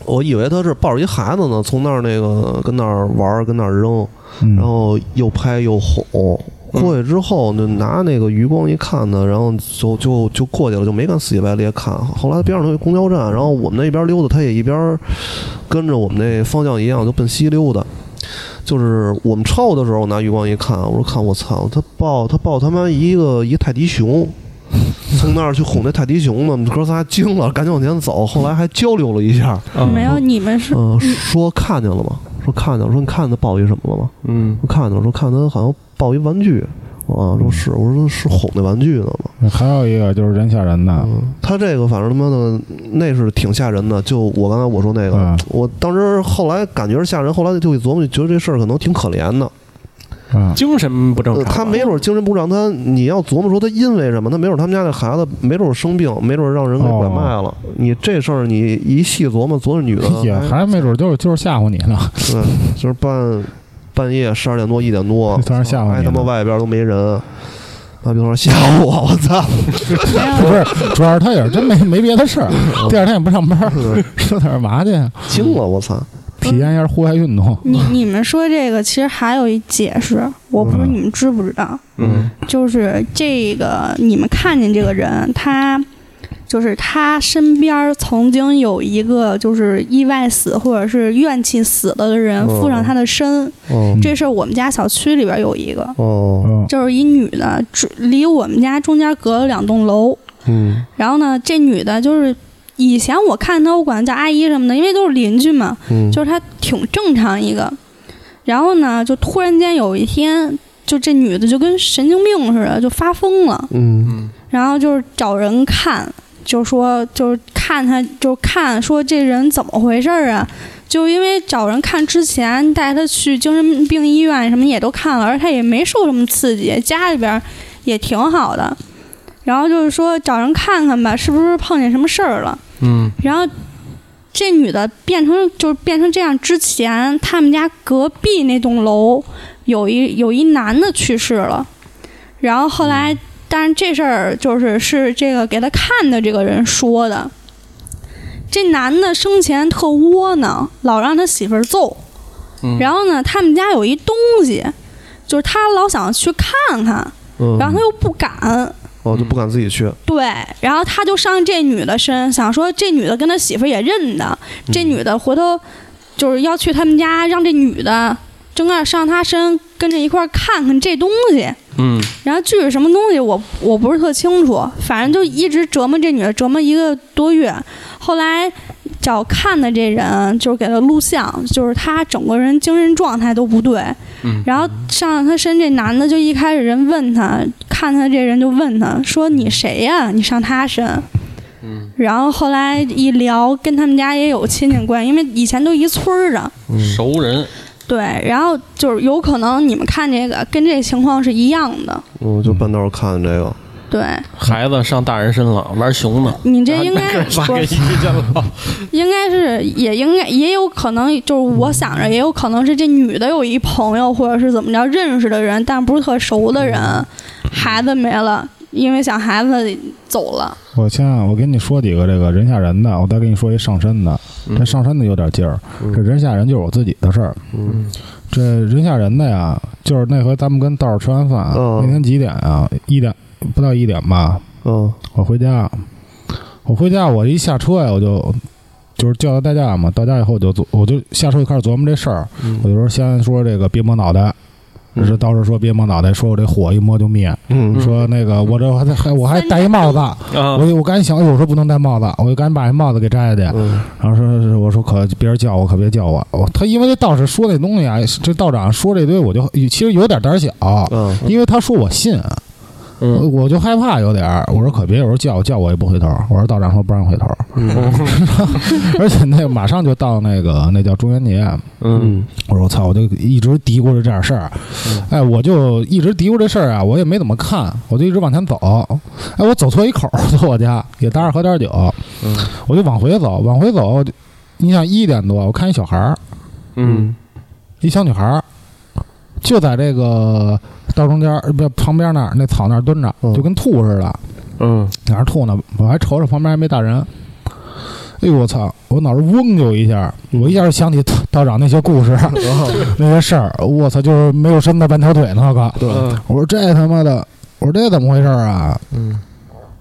我以为她是抱着一孩子呢，从那儿那个跟那儿玩儿，跟那儿扔，
嗯
然后又拍又哄。过去之后呢，拿那个余光一看呢，然后就就就过去了，就没敢死乞白赖看。后来边上有一公交站，然后我们那一边溜达，他也一边跟着我们那方向一样，就奔西溜达。就是我们超的时候，我拿余光一看，我说看我操，他抱他抱他妈一个一泰迪熊，从那儿去哄那泰迪熊呢，我们哥仨惊了， 赶紧往前走。后来还交流了一下，
没有你们是
嗯、说看见了吗？说看见了，说你看见他抱一什么了吗？
嗯
我看见了，说看他好像抱一玩具，
嗯
啊，说是，我说是哄那玩具呢嘛。
还有一个就是人吓人的，
他这个反正他妈的那是挺吓人的，就我刚才我说那个，
嗯
我当时后来感觉是吓人，后来就一琢磨，觉得这事儿可能挺可怜的。
啊，
精神不正
呃
常，
他没准儿精神不正常，他你要琢磨说他因为什么，他没准儿他们家那孩子没准儿生病，没准儿让人给拐卖了。你这事儿你一细琢磨，昨儿女的
哦
哎
也
还嗯
还没准就是就是吓唬你呢。
对，就是办办半夜十二点多一点多，
当然吓唬
哎
你
他
呢
妈外边都没人，那比如说吓唬我，我操！
不是，主要是他也是真没没别的事儿，第二天也不上班儿，说点儿嘛去，
惊了，我操！
体验一下户外运动。
嗯
你你们说这个，其实还有一解释，我不知道你们知不知道，
嗯，
就是这个你们看见这个人，他就是他身边儿曾经有一个就是意外死或者是怨气死了的
嗯
人
哦
附上他的身，
哦
这事儿我们家小区里边有一个，
哦，
嗯，
就是一女的，只离我们家中间隔了两栋楼，
嗯
然后呢，这女的就是。以前我看她，我管她叫阿姨什么的，因为都是邻居嘛。
嗯，
就是她挺正常一个。然后呢，就突然间有一天，就这女的就跟神经病似的，就发疯了。
嗯
然后就是找人看，就说就是看她，就看说这人怎么回事儿啊？就因为找人看之前带她去精神病医院什么也都看了，而她也没受什么刺激，家里边儿也挺好的。然后就是说找人看看吧，是不是碰见什么事儿了？
嗯，
然后这女的变成就是变成这样之前，他们家隔壁那栋楼有一有一男的去世了，然后后来，但是这事儿就是是这个给他看的这个人说的。这男的生前特窝囊，老让他媳妇儿揍。
嗯
然后呢，他们家有一东西，就是他老想去看看，
嗯，
然后他又不敢。
哦就不敢自己去，
对，然后他就上这女的身，想说这女的跟他媳妇儿也认得，
嗯
这女的回头就是要去他们家，让这女的正儿上他身，跟着一块儿看看这东西。
嗯，
然后具体什么东西我我不是特清楚，反正就一直折磨这女的，折磨一个多月。后来找看的这人就是给她录像，就是她整个人精神状态都不对。
嗯
然后上她身这男的就一开始人问她，看她这人就问她说：“你谁呀、你上她身？”然后后来一聊，跟他们家也有亲戚关系，因为以前都一村儿的。
熟人，
对，然后就是有可能你们看这个跟这情况是一样的。
嗯我就半道看这个，
对，
孩子上大人身了，玩熊呢，
你这应该
发给一家了，
应该是也应该也有可能，就是我想着也有可能是这女的有一朋友或者是怎么着认识的人，但不是特熟的人，孩子没了，因为想孩子走了。
我先啊，我跟你说几个这个人吓人的，我再跟你说一上身的。
嗯
这上身的有点劲儿，这人吓人就是我自己的事儿。
嗯
这人吓人的呀，就是那回咱们跟道儿吃完饭，
嗯
那天几点啊？一点不到一点吧，
嗯
我回家，我回家，我一下车呀，我就就是叫他代驾嘛。到家以后我就琢我就下车就开始琢磨这事儿，我就说先说这个别摸脑袋，
嗯
这到时候说别摸脑袋，说我这火一摸就灭，
嗯
说那个我这还得还我还戴一帽子，
啊，
我我赶紧想，哎呦我说不能戴帽子，我就赶紧把这帽子给摘下去。
嗯
然后说是我说可别人叫我可别叫我，我他因为这道士说那东西啊，这道长说这堆我就其实有点胆小，
嗯
因为他说我信，我
嗯
我就害怕有点儿。我说可别，有时候叫我叫我也不回头。我说道长说不让回头，
嗯
而且那马上就到那个那叫中元节，
嗯
嗯
我说我操，我就一直嘀咕着这点事儿，哎，我就一直嘀咕这事儿啊，我也没怎么看，我就一直往前走，哎，我走错一口儿，走我家也搭着喝点酒，
嗯
我就往回走，往回走，我就你想一点多，我看一小孩儿，
嗯
一小女孩儿，就在这个道中间儿呃不旁边那儿那草那儿蹲着，
嗯
就跟兔似的，
嗯，
哪儿吐呢？我还瞅瞅旁边还没大人。哎呦我操！我脑子嗡就一下，我一下就想起道道长那些故事， 那些事儿。我操，就是没有身子半条腿呢，我靠！
对
我说这他妈的，我说这怎么回事儿啊？
嗯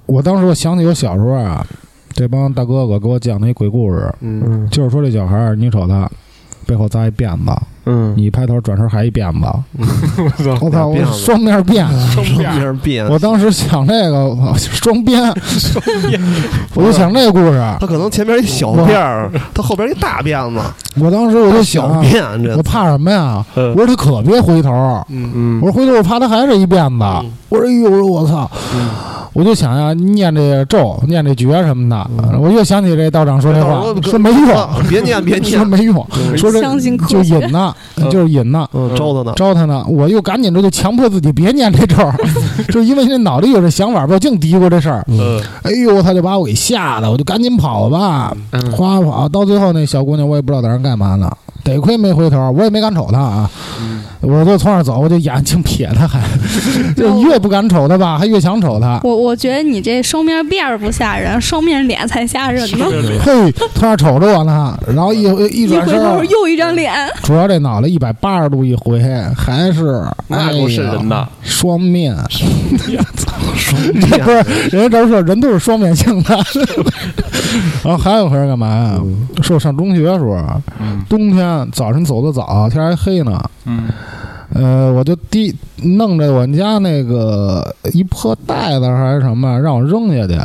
我当时我想起我小时候啊，这帮大哥哥给我讲那鬼故事，
嗯
就是说这小孩儿，你瞅他背后扎一辫子，
嗯
你一拍头转身还一辫子，我操，我
俩辫子
双面辫子。
双边变，
我当时想这个我操双边，我就想这个故事，
他可能前边一小辫儿，他后边一大辫子，
我当时我就
小
想，
辫这
我怕什么呀？
嗯
我说他可别回头，
嗯
我说回头我怕他还是一辫子
嗯。
我说哎呦，我操！我就想呀，念这咒，念这诀什么的，我又想起这道长说这话
道长，说
说没用，
啊别念别
说
念，
没用，说这
相信科
就
学
引呐，就是引呐。
嗯，招他呢，
招他呢，我又赶紧这就强迫自己别念这咒儿，就是因为这脑里有这想法吧，我净嘀咕这事儿。
嗯
哎呦，他就把我给吓的，我就赶紧跑吧，
嗯
哗跑到最后那小姑娘我也不知道在那儿干嘛呢，得亏没回头，我也没敢瞅她啊。我就从那儿走，我就眼睛瞥他还，就越不敢瞅他吧，还越想瞅他。
我我觉得你这双面辫儿不吓人，双面脸才吓人呢。
嘿，从那儿瞅着我呢，然后一一
一
转
回
身
头
儿，
又一张脸，
主要这脑袋一百八十度一回，还是
那够瘆人的
哎呀双面，
这
不是人家都说人都是双面性 的。然后还有一回是干嘛呀？
嗯
是我上中学的时候，啊冬天早晨走的早，天还黑呢。
嗯，
呃，我就提弄着我们家那个一破袋子还是什么，让我扔下去。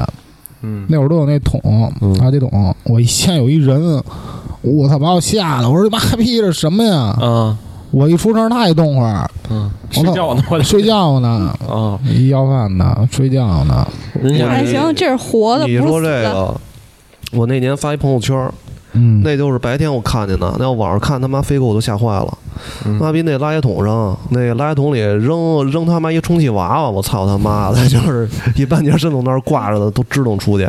嗯，
那会儿都有那桶
嗯
垃圾桶，我一见有一人，我操，把我吓得，我说妈逼这什么呀？
嗯
啊，
我一出声，他也动会 儿，
嗯，
我
睡
操
觉呢，我
睡觉呢，
啊，
一要饭呢，睡觉呢。
人家
还
人
哎行，这是活的，
你
不
说
是死
这
的。
个，我那年发一朋友圈儿，
嗯，
那就是白天我看见的，那晚上看他妈飞给我都吓坏了。
嗯
妈逼，那垃圾桶上，那垃圾桶里扔扔他妈一充气娃娃，我操他妈的， 就是一半截身从那儿挂着的，都支棱出去。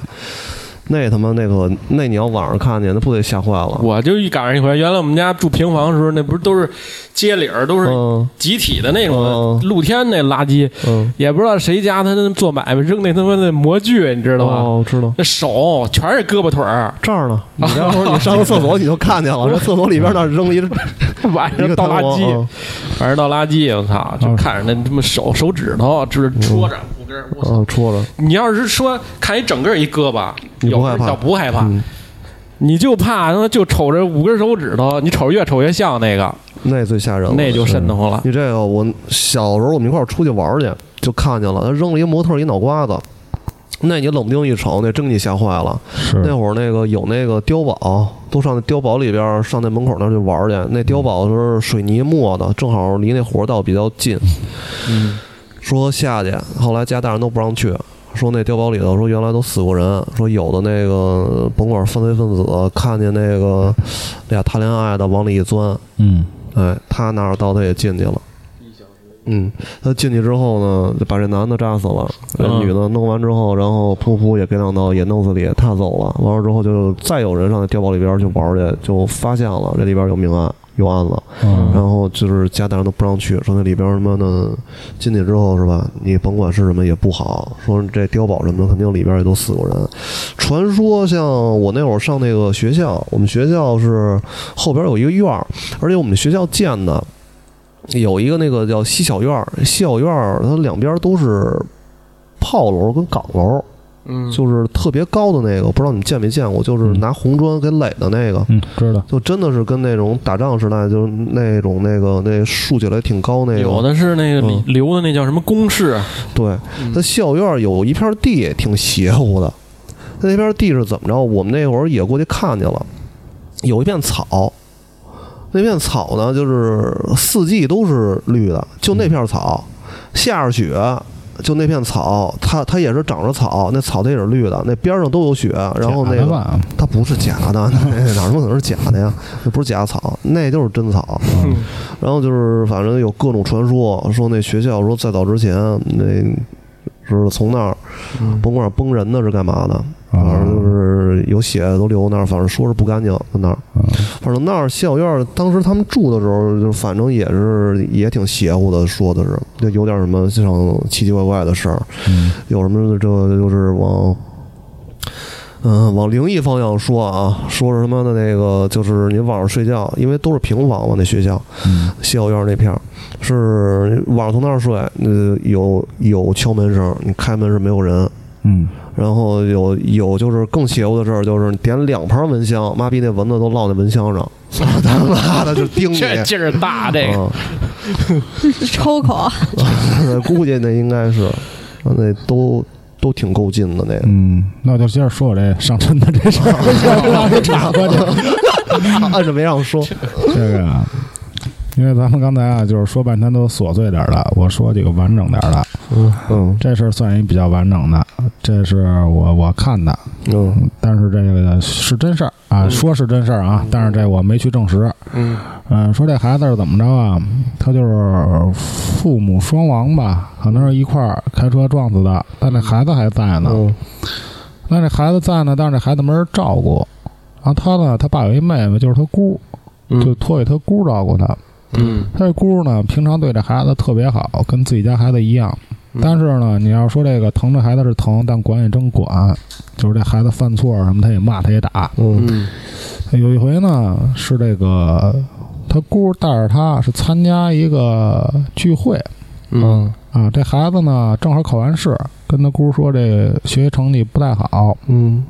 那他妈那个，那你要晚上看见，那不得吓坏了？
我就一赶上一回，原来我们家住平房的时候，那不是都是街里儿都是
嗯
集体的那种
嗯
露天那垃圾，
嗯，
也不知道谁家他那做买卖扔那他妈的模具，你知道吧？
哦，知道
那手全是胳膊腿儿，
这儿呢。你待 会儿你上个厕所你就看见了，这厕所里边那儿扔了一
晚
一
上
个嗯
倒垃
汤锅
圾，，晚上倒垃圾，我操，就
哦
嗯
看着那他妈手手指头就是戳着五根儿，
嗯
我操！
嗯，戳着。
你要是说看一整个一胳膊，
你
有
不害怕
倒不害怕
嗯，
你就怕他妈就瞅着五根手指头，你瞅着越瞅越像那个，
那最吓人了，
那就是瘆得慌了。
你这个，我小时候我们一块儿出去玩儿去，就看见了，他扔了一模特儿一脑瓜子。那你冷不丁一瞅，那真给你吓坏了。
是
那会儿那个有那个碉堡，都上那碉堡里边儿，上那门口那儿去玩儿去。那碉堡是水泥磨的，正好离那火车道比较近。
嗯，
说下去，后来家大人都不让去，说那碉堡里头说原来都死过人，说有的那个甭管犯罪分子看见那个俩谈恋爱的往里一钻，
嗯，
哎，他拿着刀他也进去了。嗯，他进去之后呢，就把这男的扎死了，这
嗯
女的弄完之后，然后噗噗也给两刀，也弄死里，他走了。完了之后，就再有人上那碉堡里边去玩去，就发现了这里边有命案，有案子。
哦
然后就是家大人都不让去，说那里边什么的，进去之后是吧？你甭管是什么也不好，说这碉堡什么的，肯定里边也都死过人。传说像我那会儿上那个学校，我们学校是后边有一个院儿，而且我们学校建的有一个那个叫西小院儿，西小院儿它两边都是炮楼跟岗楼，
嗯
就是特别高的那个，不知道你们见没见过，就是拿红砖给垒的那个。
嗯，知道。
就真的是跟那种打仗时代，就是那种那个那竖起来挺高那个。
有的是那个
嗯
留的那叫什么公式，
对，
嗯
那校院有一片地挺邪乎的，那片地是怎么着？我们那会儿也过去看见了，有一片草，那片草呢就是四季都是绿的，就那片草，
嗯
下着雪。就那片草，它它也是长着草，那草它也是绿的，那边上都有雪，然后那
假
个
的吧
它不是假的，那哪能可能是假的呀？那不是假草，那就是真草。然后就是反正有各种传说，说那学校说在早之前那。是从那儿，甭管崩人的是干嘛的，
啊
反正就是有血都流那儿，反正说是不干净在那儿。反正那儿校院儿当时他们住的时候，就是反正也是也挺邪乎的，说的是就有点什么这种奇奇怪怪的事儿，
嗯
有什么这就是往嗯，往灵异方向说啊，说是他妈的那个，就是你晚上睡觉，因为都是平房嘛，那学校，
嗯
西校院那片儿是晚上从那儿睡，呃，有有敲门声，你开门是没有人，
嗯，
然后有有就是更邪乎的事儿，就是你点两盘蚊香，妈逼那蚊子都落那蚊香上，操他妈的就叮你。
这劲儿大，这个
嗯，
抽口，啊
估计那应该是，啊那都都挺够劲的那个。
嗯，那我就接着说我这上身的这 事儿，让给岔过去。
按着没让说，
这个啊，因为咱们刚才啊，就是说半天都琐碎点儿的，我说几个完整点儿的。
嗯
这事儿算一比较完整的，这是我我看的，
嗯
但是这个是真事儿啊，说是真事儿啊，但是这我没去证实。
嗯
嗯，说这孩子是怎么着啊？他就是父母双亡吧，可能是一块儿开车撞死的，但这孩子还在呢。
嗯
那这孩子在呢，但是这孩子没人照顾。然后他呢，他爸有一妹妹，就是他姑，
嗯
就托给他姑照顾他。
嗯
他这姑呢，平常对这孩子特别好，跟自己家孩子一样。
嗯
但是呢，你要说这个疼这孩子是疼，但管也真管，就是这孩子犯错什么，他也骂，他也打。
嗯
嗯
有一回呢，是这个他姑带着他是参加一个聚会
嗯
啊，这孩子呢正好考完试，跟他姑说这学习成绩不太好，
嗯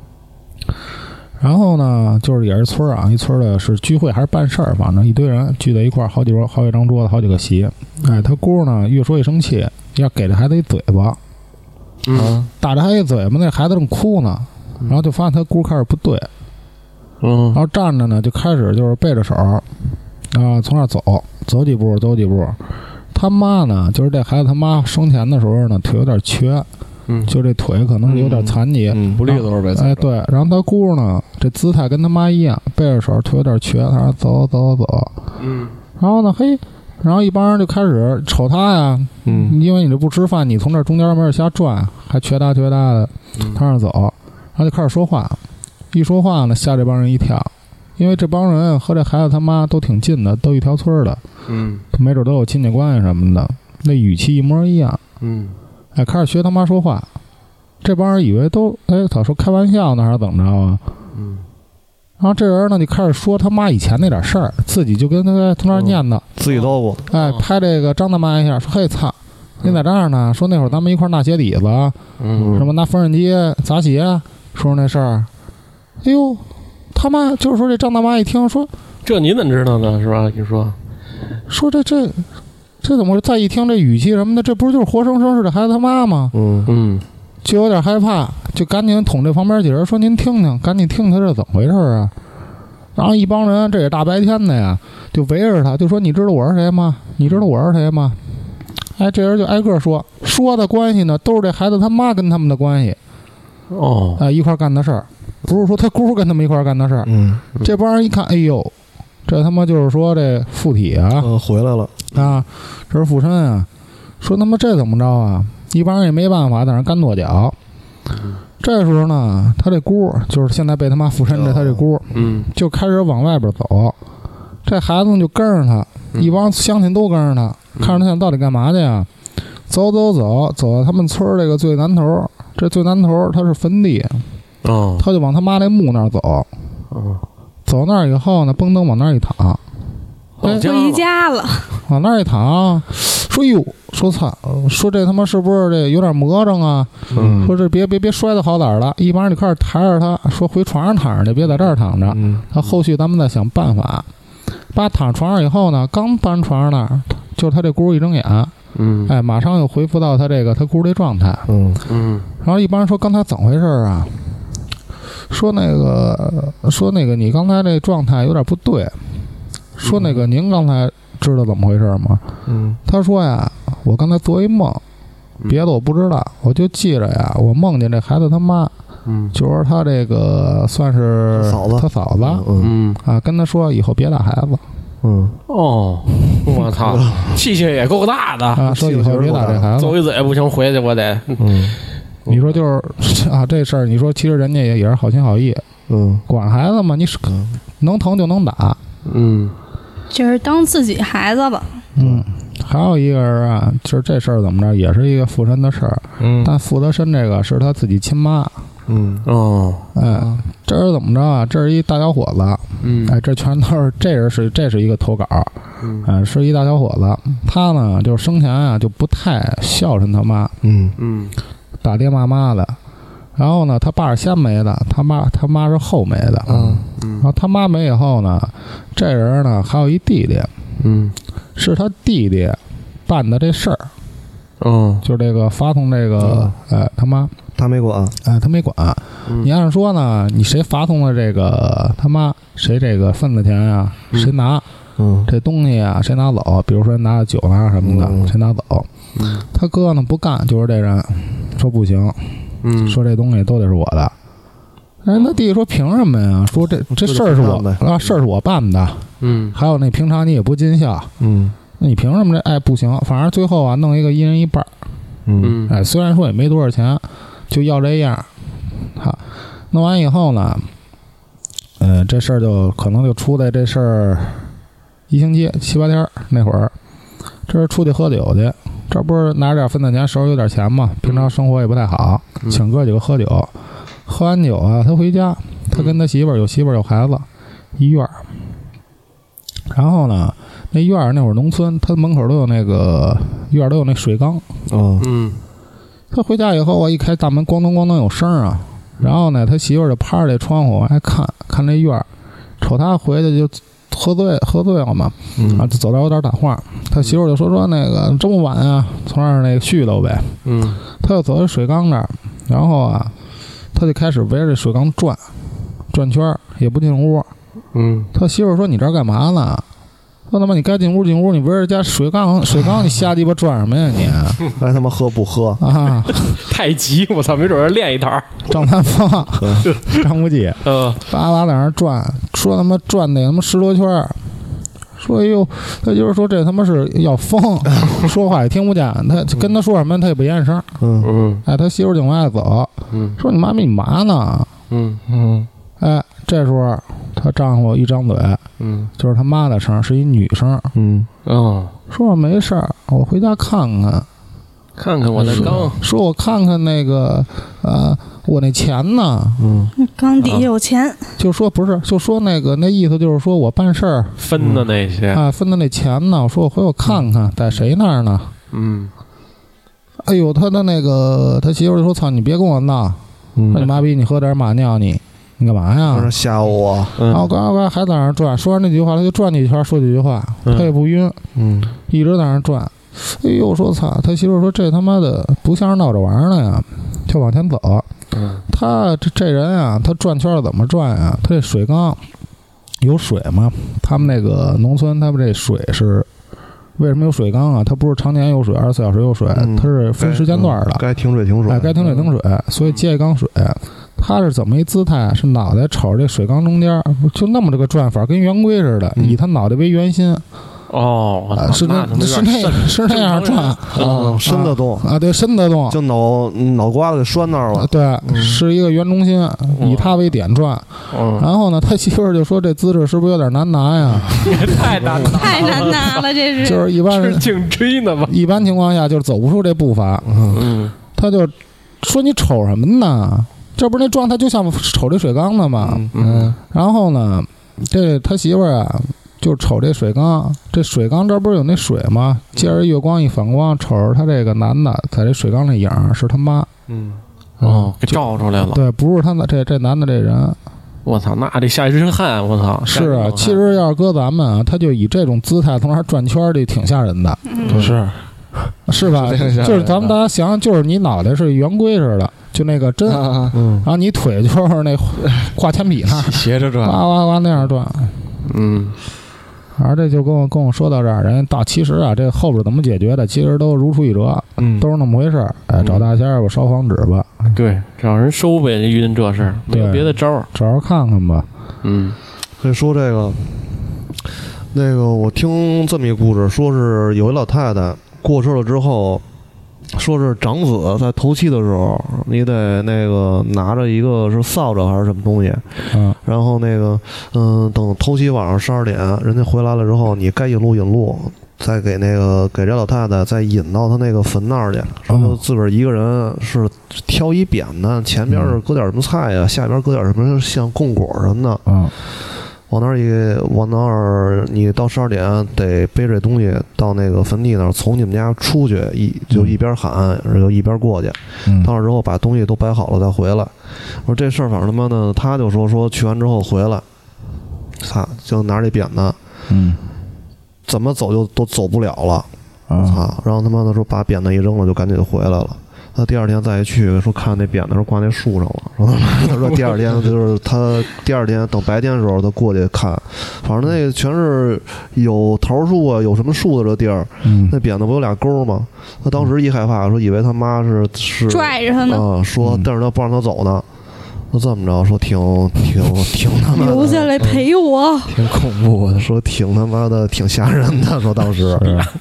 然后呢，就是也是村儿啊，一村儿的是聚会还是办事儿，反正一堆人聚在一块儿，好几桌、好几张桌子、好几个席。
嗯
哎，他姑呢越说越生气，要给这孩子一嘴巴，
嗯
打着孩子一嘴巴，那孩子正哭呢，然后就发现他姑开始不对，然
嗯
后站着呢就开始就是背着手，啊、从那儿走走几步走几步。他妈呢，就是这孩子他妈生前的时候呢，腿有点瘸，
嗯
就这腿可能是有点残疾，
嗯，不利索呗。
哎，对，然后他姑呢，这姿态跟他妈一样，背着手，腿有点瘸，他说走走走，
嗯
然后呢，嘿，然后一帮人就开始瞅他呀，
嗯，
因为你这不吃饭，你从这中间没事瞎转，还瘸哒瘸哒的，他那儿走，然后就开始说话，一说话呢，吓这帮人一跳，因为这帮人和这孩子他妈都挺近的，都一条村儿的，
嗯
没准都有亲戚关系什么的，那语气一模一样。
嗯
哎，开始学他妈说话，这帮人以为都哎，他说开玩笑呢还是怎么着啊？
嗯，
然后这人呢就开始说他妈以前那点事儿，自己就跟他在从那儿念叨，
自己叨咕，
哎，拍这个张大妈一下，说嘿操，你在这儿呢？说那会儿咱们一块儿纳鞋底子，啊
嗯
什么拿缝纫机砸鞋，说说那事儿。哎呦，他妈就是说这张大妈一听说
这你怎么知道呢？是吧？你说，
说这这这怎么回事再一听这语气什么的，这不就是活生生是这孩子他妈吗？
嗯
嗯
就有点害怕，就赶紧捅这旁边几人说：“您听听，赶紧听听这怎么回事啊！”然后一帮人，这也大白天的呀，就围着他，就说：“你知道我是谁吗？你知道我是谁吗？”哎，这人就挨个说，说的关系呢，都是这孩子他妈跟他们的关系
哦
啊、一块儿干的事儿，不是说他姑跟他们一块儿干的事儿。
嗯，
这帮人一看，哎呦，这他妈就是说这附体啊！
呃回来了，
啊，这是附身啊，说他妈这怎么着啊？一帮人也没办法，在那儿干跺脚。
嗯
这时候呢，他这姑就是现在被他妈附身的，他这姑
嗯
就开始往外边走。这孩子呢就跟着他，
嗯
一帮乡亲都跟着他，看着他想到底干嘛去啊？走走走，走到他们村儿这个最南头儿，这最南头儿它是坟地，
哦
他就往他妈那墓那儿走。
哦，
走到那儿以后呢，蹦噔往那儿一躺，
到家
回
了，
家了，
往那儿一躺，说哟，说操，说这他妈是不是这有点魔怔啊？
嗯
说这别别别摔到好歹儿了，一帮人就开始抬着他，说回床上躺着去，别在这儿躺着。
嗯
他后续咱们再想办法。把躺床上以后呢，刚搬床上那儿，就他这姑一睁眼，
嗯
哎，马上又恢复到他这个他姑这状态。
嗯
嗯
然后一帮人说刚才怎么回事儿啊？说那个说那个你刚才这状态有点不对，说那个您刚才知道怎么回事儿吗？
嗯
他说呀，我刚才做一梦，别的我不知道，我就记着呀，我梦见这孩子他妈，
嗯
就是他这个算是
他嫂子
他嫂子
嗯
嗯
啊，跟他说以后别打孩子
嗯，
哦，我操，气性也够大的，
啊，说以后别打这孩子。
揍一嘴不行，回去我得，
嗯
你说就是啊，这事儿你说其实人家也也是好心好意，
嗯
管孩子嘛，你是能疼就能打。
嗯
就是当自己孩子吧。
嗯，还有一个人啊，就是这事儿怎么着，也是一个附身的事儿，
嗯
但附的身这个是他自己亲妈。
嗯
哦
嗯，这是怎么着啊？这是一大小伙子，
嗯
哎，这全都是这人是这是一个投稿，
嗯
嗯、是一大小伙子，他呢就是生前啊就不太孝顺他妈，
嗯
嗯
打爹骂妈的，然后呢他爸是先没的，他妈他妈是后没的，
嗯
然后他妈没以后呢，这人呢还有一弟弟，
嗯
是他弟弟办的这事儿，
哦
就是这个发送这个，哎他妈，
他没管，
哎他没管，
嗯
你按说呢，你谁发送了这个他妈谁这个份子钱啊，
嗯
谁拿？
嗯
这东西啊，谁拿走？比如说拿酒啊什么的，
嗯
谁拿走？
嗯
他哥呢不干，就是这人说不行，
嗯
说这东西都得是我的。人他弟说凭什么呀？说这这事儿是我
就是他
啊，事儿是我办的。
嗯
还有那平常你也不尽孝，
嗯
那你凭什么这？哎，不行，反正最后啊，弄一个一人一半儿。
嗯
嗯
哎，虽然说也没多少钱，就要这样。好，弄完以后呢，呃，这事儿就可能就出在这事儿一星期七八天儿那会儿，这是出去喝酒去，这不是拿着点分散钱，手里有点钱嘛，平常生活也不太好，
嗯
请哥几个喝酒，喝完酒啊，他回家，他
嗯
跟他媳妇儿有媳妇儿有孩子，一院儿，然后呢，那院儿那会儿农村，他门口都有那个院儿都有那水缸，
嗯
嗯
他回家以后，我一开大门，咣当咣当有声儿啊。然后呢，他媳妇儿就趴着这窗户往外看，看那院儿，瞅他回去就喝醉喝醉了嘛，然后
嗯
就走到我这儿打话。他媳妇儿就说说那个这么晚啊，从那儿那个絮叨呗。
嗯
他就走到水缸那儿，然后啊，他就开始围着这水缸转，转圈儿，也不进屋。
嗯
他媳妇儿说：“你这儿干嘛呢？”说他妈，你该进屋进屋，你围着家水缸水缸，你瞎鸡巴转什么呀你
该他妈喝不喝？
啊！
太极，我操，没准儿练一堂。
张三丰、张无忌，
嗯
叭叭在那儿转，说他妈转得他妈十多圈儿，说哎呦，他就是说这他妈是要疯， 说话也听不见，他跟他说什么他也不言声。
嗯
嗯
哎，他媳妇儿就往外走，
嗯
说你妈逼你嘛呢？
嗯
嗯
哎，这时候她丈夫一张嘴
嗯
就是他妈的声儿，是一女声儿，
嗯，
嗯，
说我没事儿，我回家看看。
看看我那缸，
说我看看那个，呃，我那钱呢？
缸底下有钱，
就说不是，就说那个那意思就是说我办事儿
分的那些，
啊，分的那钱呢？我说我回我看看，在谁那儿呢？
嗯
哎呦，他的那个他媳妇儿就说：“操，你别跟我闹，
嗯
说你妈逼，你喝点马尿你，你干嘛
有点
呀
吓唬我。？”
然后
嗯
呱呱呱还在那儿转，说完那句话他就转几圈，说几句话，
嗯
他也不晕，
嗯
一直在那儿转。哎呦，我说操，他媳妇儿说这他妈的不像是闹着玩儿呢呀，就往前走。
嗯
他这这人啊，他转圈儿怎么转啊？他这水缸有水吗？他们那个农村，他们这水是为什么有水缸啊？它不是常年有水，二十四小时有水，
嗯
它是分时间段的。
该停水停水。
嗯
哎，该停水停水，所以接一缸水，他是怎么一姿态？啊是脑袋瞅着这水缸中间儿，就那么这个转法，跟圆规似的，
嗯
以他脑袋为圆心，
哦，我
啊
操
是
啊那他妈有
是
点
那 是那样转
嗯，伸得动，
啊，对，伸得动，
就脑脑瓜子给拴那儿
啊
了。
对，是一个圆中心，以他为点转，
嗯，
然后呢，他媳妇儿就说这资质是不是有点难拿 呀？
太难了，
太难拿了，这是。
就是一般
是
人
颈椎呢吧？
一般情况下就是走不出这步伐，
嗯
他就说你瞅什么呢？这不是那状态就像瞅这水缸呢吗？
嗯
然后呢，这他媳妇儿啊就瞅这水缸，这水缸这不是有那水吗？借着月光一反光，瞅着他这个男的在这水缸里影儿是他妈，嗯
嗯，
哦，给照出来了。
对，不是他的这这男的这人，
哦
我操，那得吓一身汗！我操，吓一
是啊
身汗
其实要是搁咱们啊，他就以这种姿态从那儿转圈儿，这挺吓人的。
嗯，
是
是 吧？
是这个吓人
就是咱们
啊
大家想想，就是你脑袋是圆规似的，就那个针，然
啊，
后你腿就是那画铅笔那儿，
斜着转，
哇哇哇那样转。
嗯
反正这就跟我跟我说到这儿，人家到其实啊，这后边怎么解决的，其实都如出一辙，
嗯
都是那么回事儿。哎，找大仙儿吧，烧黄纸吧，，
对，找人收呗，遇见这事儿没有
对
别的招儿。
找着看看吧。
嗯
可以说这个，那个我听这么一故事，说是有一老太太过世了之后，说是长子在头七的时候，你得那个拿着一个是扫帚还是什么东西，
嗯，
然后那个嗯，等头七晚上十二点，人家回来了之后，你该引路引路。再给那个给这老太太再引到她那个坟那儿去，说就自个儿一个人是挑一扁担，前边是搁点什么菜呀、下边搁点什么像供果什么的，
嗯
往那儿一往那儿，你到十二点得背这东西到那个坟地那儿，从你们家出去一就一边喊，然后就一边过去。
嗯
到那儿之后把东西都摆好了再回来。我说这事儿反正他妈的，他就说说去完之后回来，操，就拿这扁担，
嗯
怎么走就都走不了了，
啊
操！然后他妈的说把扁担一扔了，就赶紧就回来了。他第二天再一去，说看那扁担说挂那树上了。然后他说第二天就是他第二天等白天的时候他过去看，反正那全是有桃树啊，有什么树的这地儿，
嗯
那扁担不有俩沟吗？他当时一害怕，说以为他妈是是
拽着他呢，
啊，说
嗯
但是他不让他走呢。说这么着，说挺挺挺他妈
留下来陪我。
挺恐怖的。
说挺他妈的挺吓人的，说当时嗯
是啊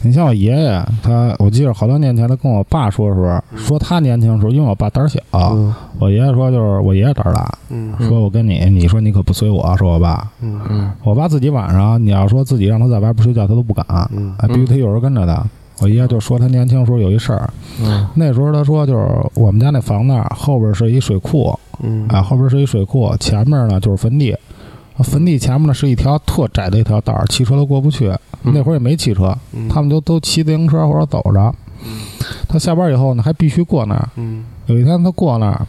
你像我爷爷，他我记得好多年前他跟我爸说的时候，说他年轻的时候，因为我爸胆儿小，
嗯
我爷爷说就是我爷爷胆儿大，
嗯
说我跟你，你说你可不随我，说我爸，
嗯
嗯
我爸自己晚上你要说自己让他在外边不睡觉，他都不敢，
嗯
哎，必须得有人跟着他。我爷爷就说他年轻时候有一事儿，
嗯
那时候他说就是我们家那房那儿后边是一水库，
嗯
啊，后边是一水库，前面呢就是坟地，啊坟地前面呢是一条特窄的一条道儿，汽车都过不去。
嗯
那会儿也没汽车，
嗯
他们都都骑自行车或者走着。他下班以后呢，还必须过那儿。
嗯
有一天他过那儿，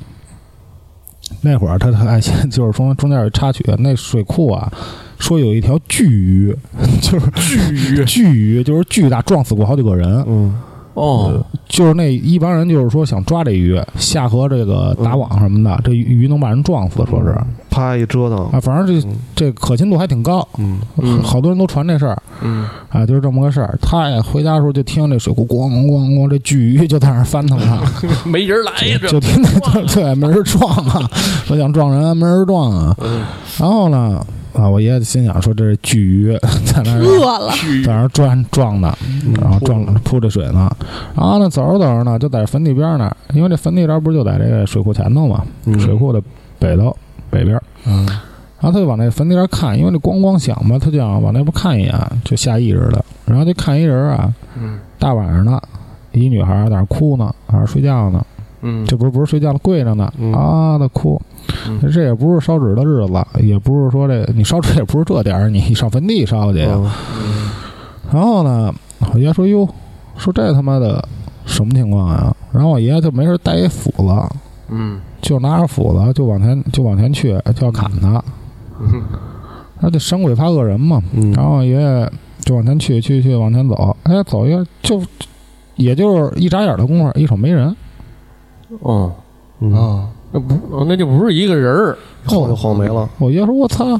那会儿他他哎， 就是中中间有一插曲，那水库啊，说有一条巨鱼， 就是巨鱼，巨鱼就是巨大，撞死过好几个人。
嗯
哦，
就是那一帮人就是说想抓这鱼，下河这个打网什么的，这鱼能把人撞死，说是。
啪一折腾，
啊，反正这这可信度还挺高，
嗯
嗯
好多人都传这事儿
嗯
啊，就是这么个事儿。他也回家的时候就听这水库咣咣咣，这巨鱼就在那儿翻腾 啊，
没人来哎呀，这
就听那 对没人撞啊，说想撞人没人撞啊。
嗯
然后呢，啊，我爷爷心想说这是巨鱼在那儿。
饿了，
在那儿撞撞的，
嗯
然后撞扑这水呢，然后呢走着走着呢，就在坟地边儿那儿，因为这坟地边儿不是就在这个水库前头嘛，
嗯
水库的北头北边儿，
嗯
然后他就往那坟那边看，因为那咣咣响嘛，他就想往那边看一眼，就下意识的，然后就看一人啊，
嗯
大晚上的，一女孩儿在那儿哭呢，在那儿睡觉呢，
嗯
这不是不是睡觉了，跪着呢，
嗯
啊的哭
嗯，
这也不是烧纸的日子，也不是说这你烧纸也不是这点儿，你上坟地烧去呀。 然后呢，我爷说哟，说这他妈的什么情况呀？然后我爷就没事儿带一斧子，
嗯
就拿着斧子就往前就往前去，就要砍他。他就神鬼怕恶人嘛。
嗯
然后爷爷就往前去，去去往前走，哎，走一个就也就是一眨眼的功夫，一瞅没人，
哦，
嗯，
啊，
那不哦那就不是一个人儿，
晃就晃没了，
我爷说：“我操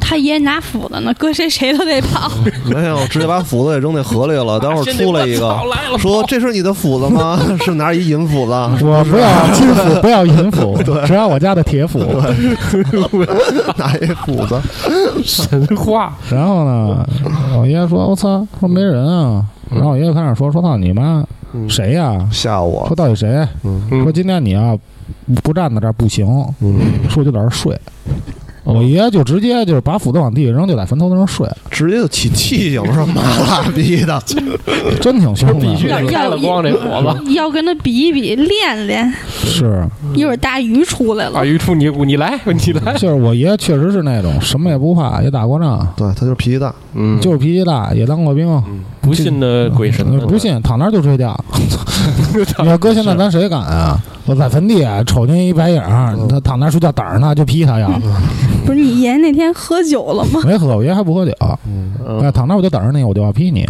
他爷爷拿斧子呢，搁谁谁都得跑。
没有，直接把斧子给扔那河里 了。待会儿出来一个
我操，来了，
说这是你的斧子吗？ 是拿一银斧子，！”
我不要金斧，不要银斧，只要我家的铁斧。
拿一斧子，
神话，
然后呢，我爷说：“我操，说没人啊！”然后我爷爷开始说：“说操你妈，
嗯
谁呀、
吓我
说，到底谁？啊
嗯
说今天你啊不站在这儿不行，
嗯，
说就在这儿睡。我爷就直接就是把斧子往地下扔，就在坟头子上睡，
直接就起气性，我说妈了逼 的，
真挺凶
必须
的。
嗯
得开了光这火子，
要跟他比一比，练练，
是，
一会儿大鱼出来了
大。鱼出泥啊骨，你来 你来，
就是我爷确实是那种什么也不怕，也打过仗，
对他就是脾气大，
嗯
就是脾气大，也当过兵，
不信的鬼神
嗯不信躺那儿就睡觉。
嗯
你要搁现在，咱谁敢啊？我在坟地啊瞅见一白影儿，
嗯
他躺那儿睡觉，胆着呢，就劈他呀！
不是你爷爷那天喝酒了吗？
没喝，我爷还不喝酒，
嗯
哎，躺那儿我就等着你，我就要劈你。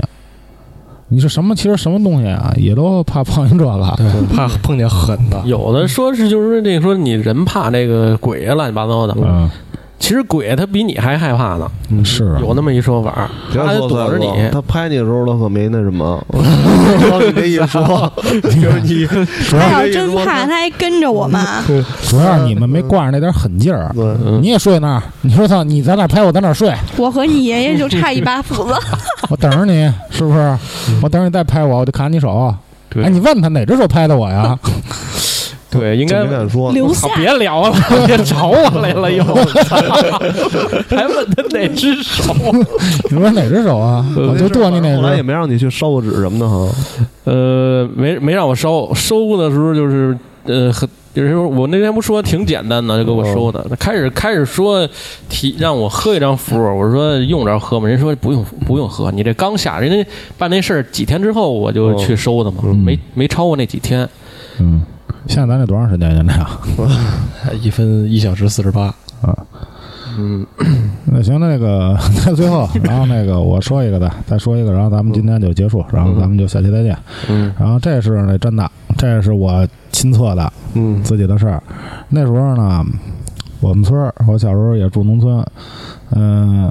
你是什么？其实什么东西啊，也都怕碰见这个。
怕碰见狠的，
有的说是就是说这个说你人怕这个鬼啊乱七八糟的，
嗯，
其实鬼他比你还害怕呢，
嗯
是啊
有那么一说法儿，
别
他还
说
躲
帅哥
着你，
他拍你的时候他可没那什 么，你这一 说，就是你，
主
他
要
要哎真怕，他还跟着我们。
主要是你们没挂上那点狠劲儿。
对，
嗯
你也睡那儿，你说操，你在那儿拍，我在那 儿睡，
我和你爷爷就差一把斧子，
我等着你，是不是？
嗯
我等着你再拍我，我就砍你手。
对
哎，你问他哪只手拍的 我呀？
对，应
就
该
没敢说，
留
操
下。
别聊了，别找我来 了又，还问他哪只手？
你说哪只手啊？我就剁你哪
嗯后来也
只。
没让你去烧过纸什么的哈，
呃，没没让我收，收的时候就是呃很。就是说我那天不说挺简单的，就给我收
嗯
的。开始开始说提让我喝一张符，我说用着喝吗？人说不用不用喝，你这刚下，人家办那事儿几天之后我
哦
就去收的嘛，没没超过那几天。
嗯，现在咱这多长时间呀？这样，
哎一分一小时四十八，
嗯
那行，那个 那最后，然后那个我说一个的，再说一个，然后咱们今天就结束，然后咱们就下期再见。
嗯
然后这是那真的，这是我亲测的，
嗯
自己的事儿。那时候呢，我们村儿，我小时候也住农村，嗯、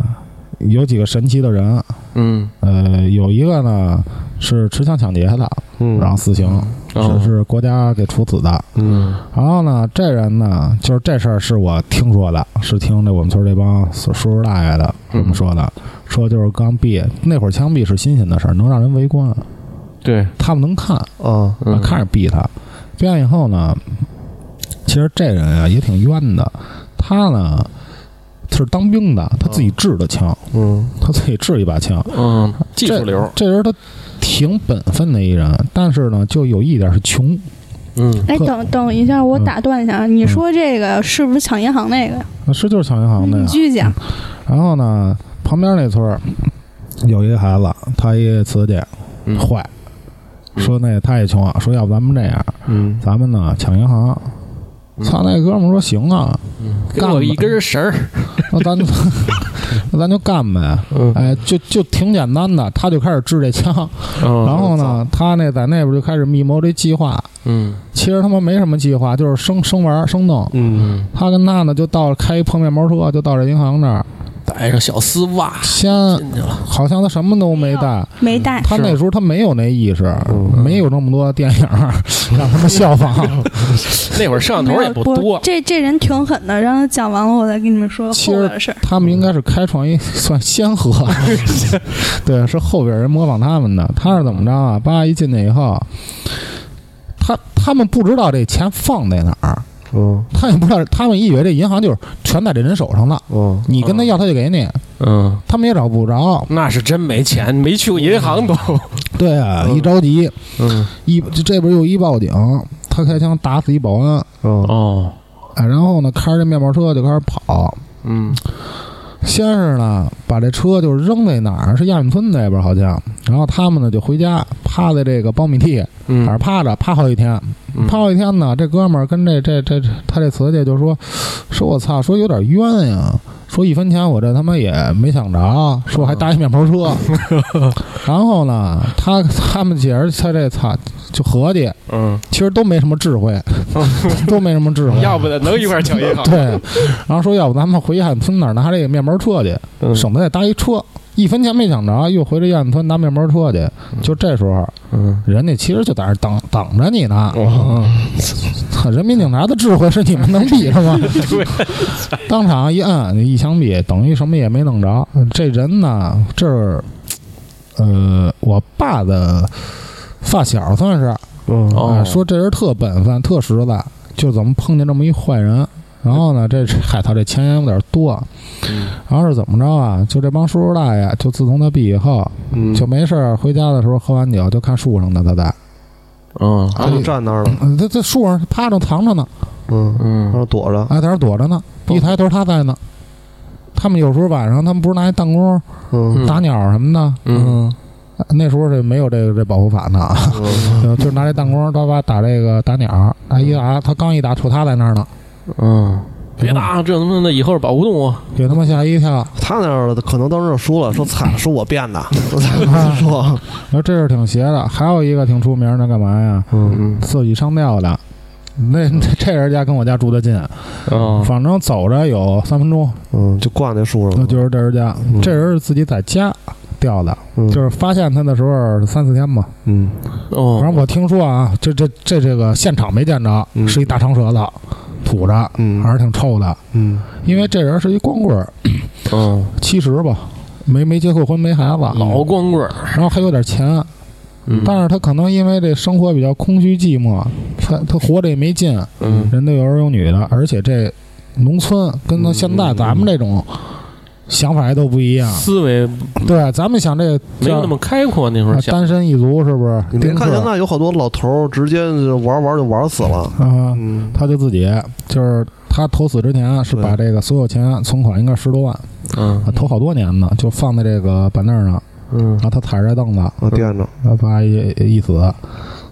有几个神奇的人，
嗯
呃，有一个呢是持枪抢劫的，
嗯，
然后死刑，
哦
是是国家给处死的。
嗯
然后呢，这人呢，就是这事儿是我听说的，是听这我们村儿这帮叔叔大爷的
嗯
这么说的，车就是刚毙，那会儿枪毙是新鲜的事儿，能让人围观，
对，
他们能看，
啊，
嗯
啊，看着毙他。毙完以后呢，其实这人啊也挺冤的，他呢是当兵的，他自己制的枪，
嗯
他自己制一把枪。
嗯，技术流，
这人他挺本分的一人，但是呢，就有一点是穷。
嗯
哎，
特
等等一下，我
嗯
打断一下，啊你说这个是不是抢银行那个呀？
那是就是抢银行的呀
你。继续讲。
然后呢，旁边那村儿有一个孩子，他一瓷器
嗯
坏，说那他也穷啊，说要不咱们这样，
嗯，
咱们呢抢银行。操，那哥们儿说行啊，
嗯给我一根绳儿，
那咱就 那咱就干呗。
嗯
哎，就就挺简单的，他就开始制这枪，然
然
后，呢，他那在那边就开始密谋这计划。
嗯
其实他妈没什么计划，就是生生玩儿生弄。
嗯，
嗯，
他跟他呢就到开一破面包车，就到这银行那儿，
嗯带上小丝袜
先
进去了，
好像他什么都没带，
没带，
他那时候他没有那意识，
嗯
没有那么多电影 儿让他们效仿。
那会儿摄像
没
头
有
也不
不
多，
这这人挺狠的，让他讲完了，我再跟你们说
其
后
实
边的事儿。
他们应该是开创一算 先河，对，是后边人模仿他们的。他是怎么着啊？叭一进去以后，他他们不知道这钱放在哪儿，
嗯
他也不知道，他们以为这银行就是全在这人手上了，
嗯，
你跟他要他就给你，
嗯，
他们也找不着。
那是真没钱，没去过银行都，
对啊，
嗯
一着急，
嗯
一这这边又一报警，他开枪打死一保安，
嗯
哦，
哎，然后呢，开着这面包车就开始跑。
嗯
先是呢，把这车就扔在哪儿？是亚运村那边好像。然后他们呢就回家，趴在这个苞米地，在那
嗯，
趴着，趴好几天。趴好几天呢，这哥们儿跟这这这这他这瓷器就说：“说我操，说有点冤呀，说一分钱我这他妈也没想着，说还搭一面包 车。然后呢，他他们姐儿他这操就合计，
嗯，
其实都没什么智 慧，都没什么智慧。
要不得能一块儿抢银行，
对，然后说要不咱们回亚运村那儿拿这个面包车去，
嗯
省得再搭一车，一分钱没想着，又回这亚运村拿面包车去。就这时候，
嗯，
人家其实就在那儿等等着你呢。
哦
操人民警察的智慧是你们能比上吗？
对，
当场一摁一枪毙，等于什么也没弄着。嗯这人呢，这儿，呃，我爸的发小算是，
嗯
哦
啊，说这人特本分，特实在，就怎么碰见这么一坏人。然后呢， 这海操这钱也有点多，
嗯
然后是怎么着啊？就这帮叔叔大爷，就自从他毕以后，
嗯，
就没事儿回家的时候喝完酒就看树上的他在，
嗯
他就站那儿了，
嗯他在树上趴着藏着呢，
嗯，他
嗯
说躲着，
哎，在那儿躲着呢，一抬头他在呢。他们有时候晚上，他们不是拿一弹弓
嗯
打鸟什么的，
嗯
那时候这没有这个这保护法呢，
嗯
就就拿这弹弓，他把打这个打鸟，他一打他刚一打出他在那儿呢，
嗯，别打，这他妈的以后是保护动物，
给他们吓一跳。
他那儿可能当时就说 了，说惨，是我变的，说，
然后这是挺邪的，还有一个挺出名的，干嘛呀？
嗯
嗯
自己上吊的。那这人家跟我家住得近，
哦，
反正走着有三分钟，
嗯，就挂那树上
那
了，
就是这人家。这人是自己在家吊的，
嗯
就是发现他的时候三四天吧。
嗯
哦
反正我听说啊，这这这这个现场没见着，
嗯
是一大长舌头，吐着，
嗯
还是挺臭的。
嗯哦
因为这人是一光棍儿，
嗯，
七十吧，没没结过婚，没孩子，
嗯
老光棍儿，
然后还有点钱，
哦嗯
但是他可能因为这生活比较空虚寂寞，他他活着也没劲，
嗯
人都有儿有女的，而且这农村跟他现
嗯
在咱们这种想法还都不一样。
思维
对，啊咱们想这
没有那么开阔，那会
啊
儿想，
单身一族是不是？
你别
丁
看现
克
在有好多老头儿直接就玩玩就玩死了，
啊，
嗯
他就自己就是他投死之前是
对
把这个所有钱存款应该十多万，
嗯
啊投好多年呢，就放在这个板凳上，
嗯
然后他踩着凳子，
啊垫着，
然后啪一一死，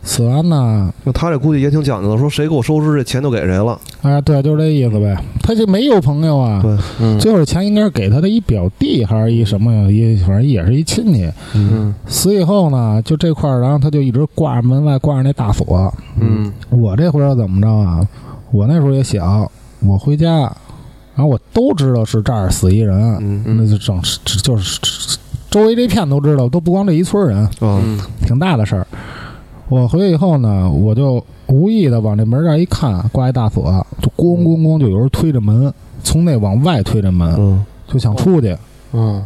死完呢，
那他这估计也挺讲究的，说谁给我收尸这钱就给谁了，
哎，对，就是这意思呗。他就没有朋友啊，
对，
嗯
最后这钱应该是给他的一表弟还是一什么一，反正也是一亲戚。
嗯
死以后呢，就这块儿，然后他就一直挂着门外挂着那大锁。
嗯
我这回要怎么着啊？我那时候也小，我回家，然后我都知道是这儿死一人，
嗯
那就整就是周围这片都知道，都不光这一村人，
啊
嗯
挺大的事儿。我回去以后呢，我就无意的往这门这儿一看，挂一大锁，就咣咣咣就有人推着门，从内往外推着门，
嗯
就想出去。
嗯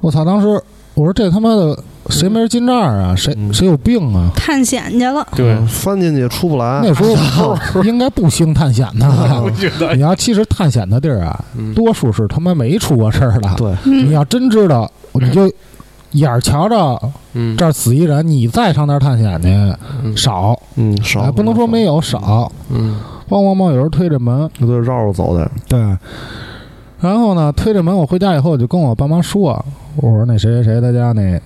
我操！当时我说这他妈的谁没人进这儿啊？谁
嗯
谁有病啊？
探险去了，
对，
翻进去出不来。
那 时候应该不兴探险的。你要其实探险的地儿啊，多数是他妈没出过事儿的。
对，
嗯
你要真知道，你就眼儿瞧着
嗯，
这儿死一人，你再上那儿探险去
嗯
少，
嗯，少、
哎，不能说没有少。
嗯
咣咣咣，有人推着门，
那都是绕着走的。
对。然后呢，推着门，我回家以后我就跟我爸妈说，我说那谁谁谁他家那，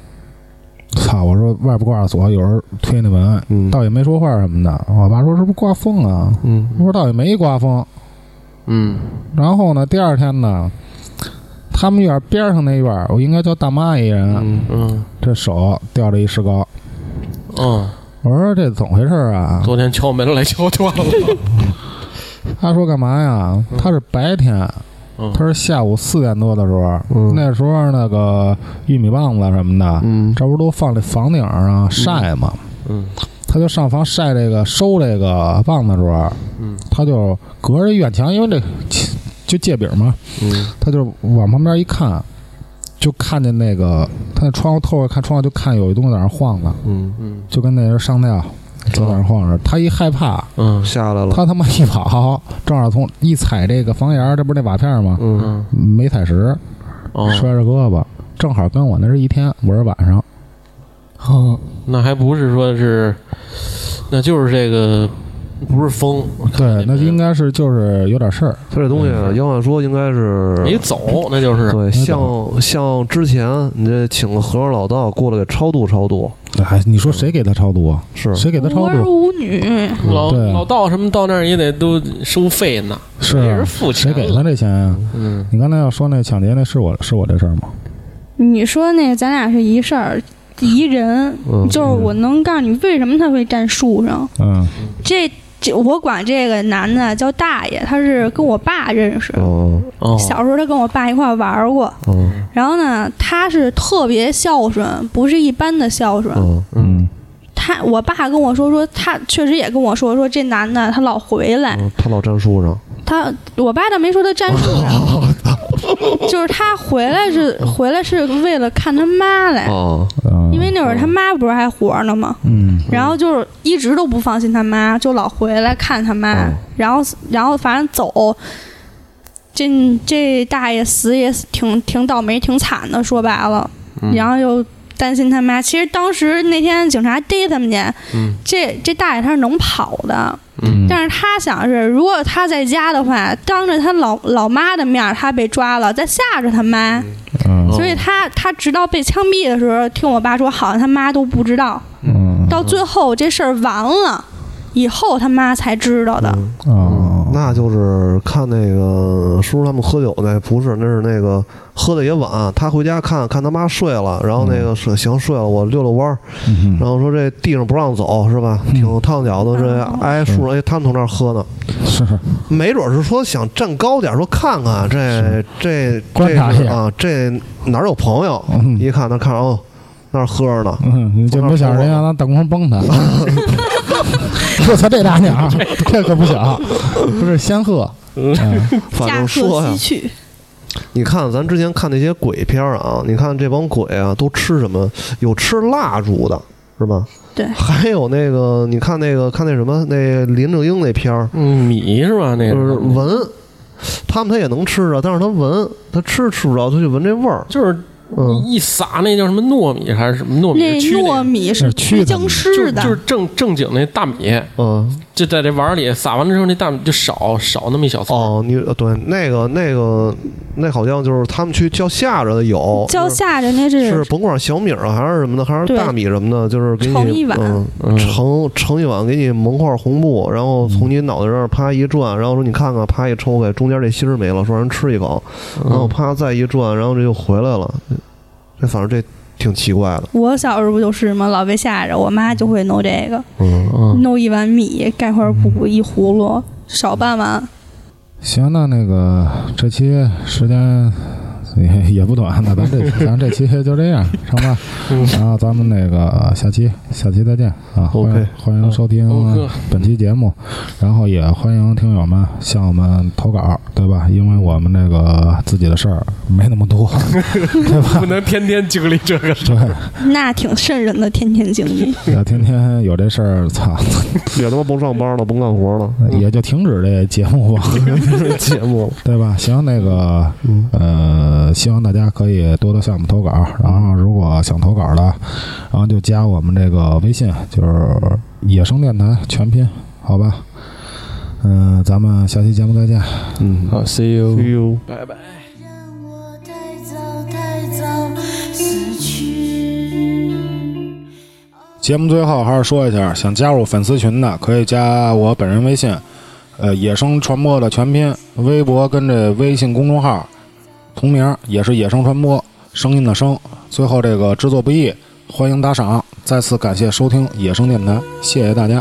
操！我说外边挂着锁，有人推那门，
嗯，
倒也没说话什么的。我爸说是不是刮风啊？
嗯
我说倒也没刮风。
嗯
然后呢，第二天呢，他们院边上那院儿，我应该叫大妈一人，
嗯
嗯
这手吊着一石膏。
嗯，
我说这怎么回事儿啊？
昨天敲门来敲断了，
他说干嘛呀？他是白天，
嗯
他是下午四点多的时候，
嗯
那时候那个玉米棒子什么的，
嗯
这不都放这房顶上啊晒吗？
嗯
他就上房晒这个收这个棒子的时候，
嗯
他就隔着院墙，因为这就借饼嘛，
嗯
他就往旁边一看，就看见那个他那窗户透过看窗户就看有一东西在那儿晃呢，
嗯，
嗯
就跟那人上吊，就在那儿晃着。他一害怕，
嗯
下来了。
他他妈一跑，正好从一踩这个房檐儿，这不是那瓦片儿吗？
嗯
嗯
没踩实，
哦，
摔着胳膊，正好跟我那是一天，我是晚上。哦
那还不是说是，那就是这个不是风，
对，那就应该是就是有点事儿。
他这东西
嗯
啊，要按说应该是
没走，那就是
对，像像之前你这请个和尚老道过来给超度超度，
哎，你说谁给他超度啊？
是
谁给他
无
超
儿
度？
无女，
老
对啊
老道什么到那儿也得都收费呢，也
是啊
是付钱
谁给他
了，
这钱啊？
嗯
你刚才要说那抢劫那是我是我这事儿吗？
你说那个咱俩是一事儿，一人，
嗯
就是我能告诉你为什么他会站树上。
嗯
这这，我管这个男的叫大爷，他是跟我爸认识，
哦
哦，
小时候他跟我爸一块儿玩儿过。
哦
然后呢，他是特别孝顺，不是一般的孝顺。
哦，
嗯，
他我爸跟我说说，他确实也跟我说说这男的他老回来，
嗯他老站树上，
他我爸倒没说他占树
哦
上， 就是他回来是回来是为了看他妈来，
哦
嗯
因为那会儿他妈不是还活着呢吗？
嗯
然后就是一直都不放心他妈，就老回来看他
哦
妈，
嗯
然后然后反正走，这这大爷死也挺挺倒霉，挺惨的，说白了，
嗯
然后又担心他妈。其实当时那天警察逮他们去，
嗯
这这大爷他是能跑的，
嗯
但是他想是，如果他在家的话，当着他老老妈的面儿，他被抓了，再吓着他妈，
嗯
所以他他直到被枪毙的时候，听我爸说，好像他妈都不知道。
嗯
到最后这事儿完了以后，他妈才知道
嗯
的。
哦，
那就是看那个叔叔他们喝酒那不是，那是那个喝的也晚，他回家看看他妈睡了，然后那个睡行睡了，我遛遛弯儿，
嗯
然后说这地上不让走是吧？挺烫脚的，这
嗯
挨树上，哎，他们从那儿喝呢，
是是
没准是说想站高点儿，说看看这这
观察
这是
一下
啊，这哪儿有朋友？
嗯
一看那看哦，那儿喝着呢，
嗯，你就没想着让他等会儿崩他。 我操，这俩鸟，这可不小， 不是仙 鹤，嗯
反
下
正
课
说呀
西，去，
你看咱之前看那些鬼片儿啊，你看这帮鬼啊都吃什么？有吃蜡烛的，是吧？
对
还有那个，你看那个看那什么，那林正英那片儿，
嗯米是吧？那
就是
个
闻，他们他也能吃啊，但是他闻，他吃吃不着，他就闻这味儿。
就是
嗯，
一撒那叫什么糯米还是什么糯米
那
是曲
糯
那个
米是驱僵
就
尸的，
就是正正经那大米，
嗯，
就在这碗儿里撒完了之后，那大米就少少那么一小撮儿。
哦，你呃对那个那个那好像就是他们去叫下着的有
浇
就是
下着那
是
是
甭管小米儿啊还是什么的，还是
对
大米什么的，就是给你
盛一碗
嗯
嗯
盛盛一碗，给你蒙块红布，然后从你脑袋这儿啪一转，然后说你看看，啪一抽开，中间这芯儿没了，说人吃一口，
嗯
然后啪再一转，然后这就回来了。这反正这挺奇怪的，
我小时候不就是吗？老被吓着，我妈就会弄这个，
嗯，
嗯
弄一碗米，盖块布，一葫芦，少半碗。
行，那那个这期时间也也不短，那咱这咱这期就这样，成吧？然后咱们那个下期下期再见啊！欢迎
OK
欢迎收听
嗯，OK
本期节目，然后也欢迎听友们向我们投稿，对吧？因为我们这个自己的事儿没那么多，对吧
不？能天天经历这个事。
对，
那挺瘆人的，天天经历。
要天天有这事儿，操，
也他妈甭上班了，甭干活了，
也就停止这节目吧。
嗯节目了。嗯
对吧？行，那个，呃，希望大家可以多多向我们投稿。然后，如果想投稿的，然后就加我们这个微信，就是野生电台全拼，好吧？嗯、咱们下期节目再见。
嗯
好，see you。
，see you。
拜拜。
让我太早太早死去。
节目最后还是说一下，想加入粉丝群的可以加我本人微信，呃，野生传播的全拼，微博跟这微信公众号同名，也是野生传播，声音的声。最后这个制作不易，欢迎打赏。再次感谢收听野生电台，谢谢大家，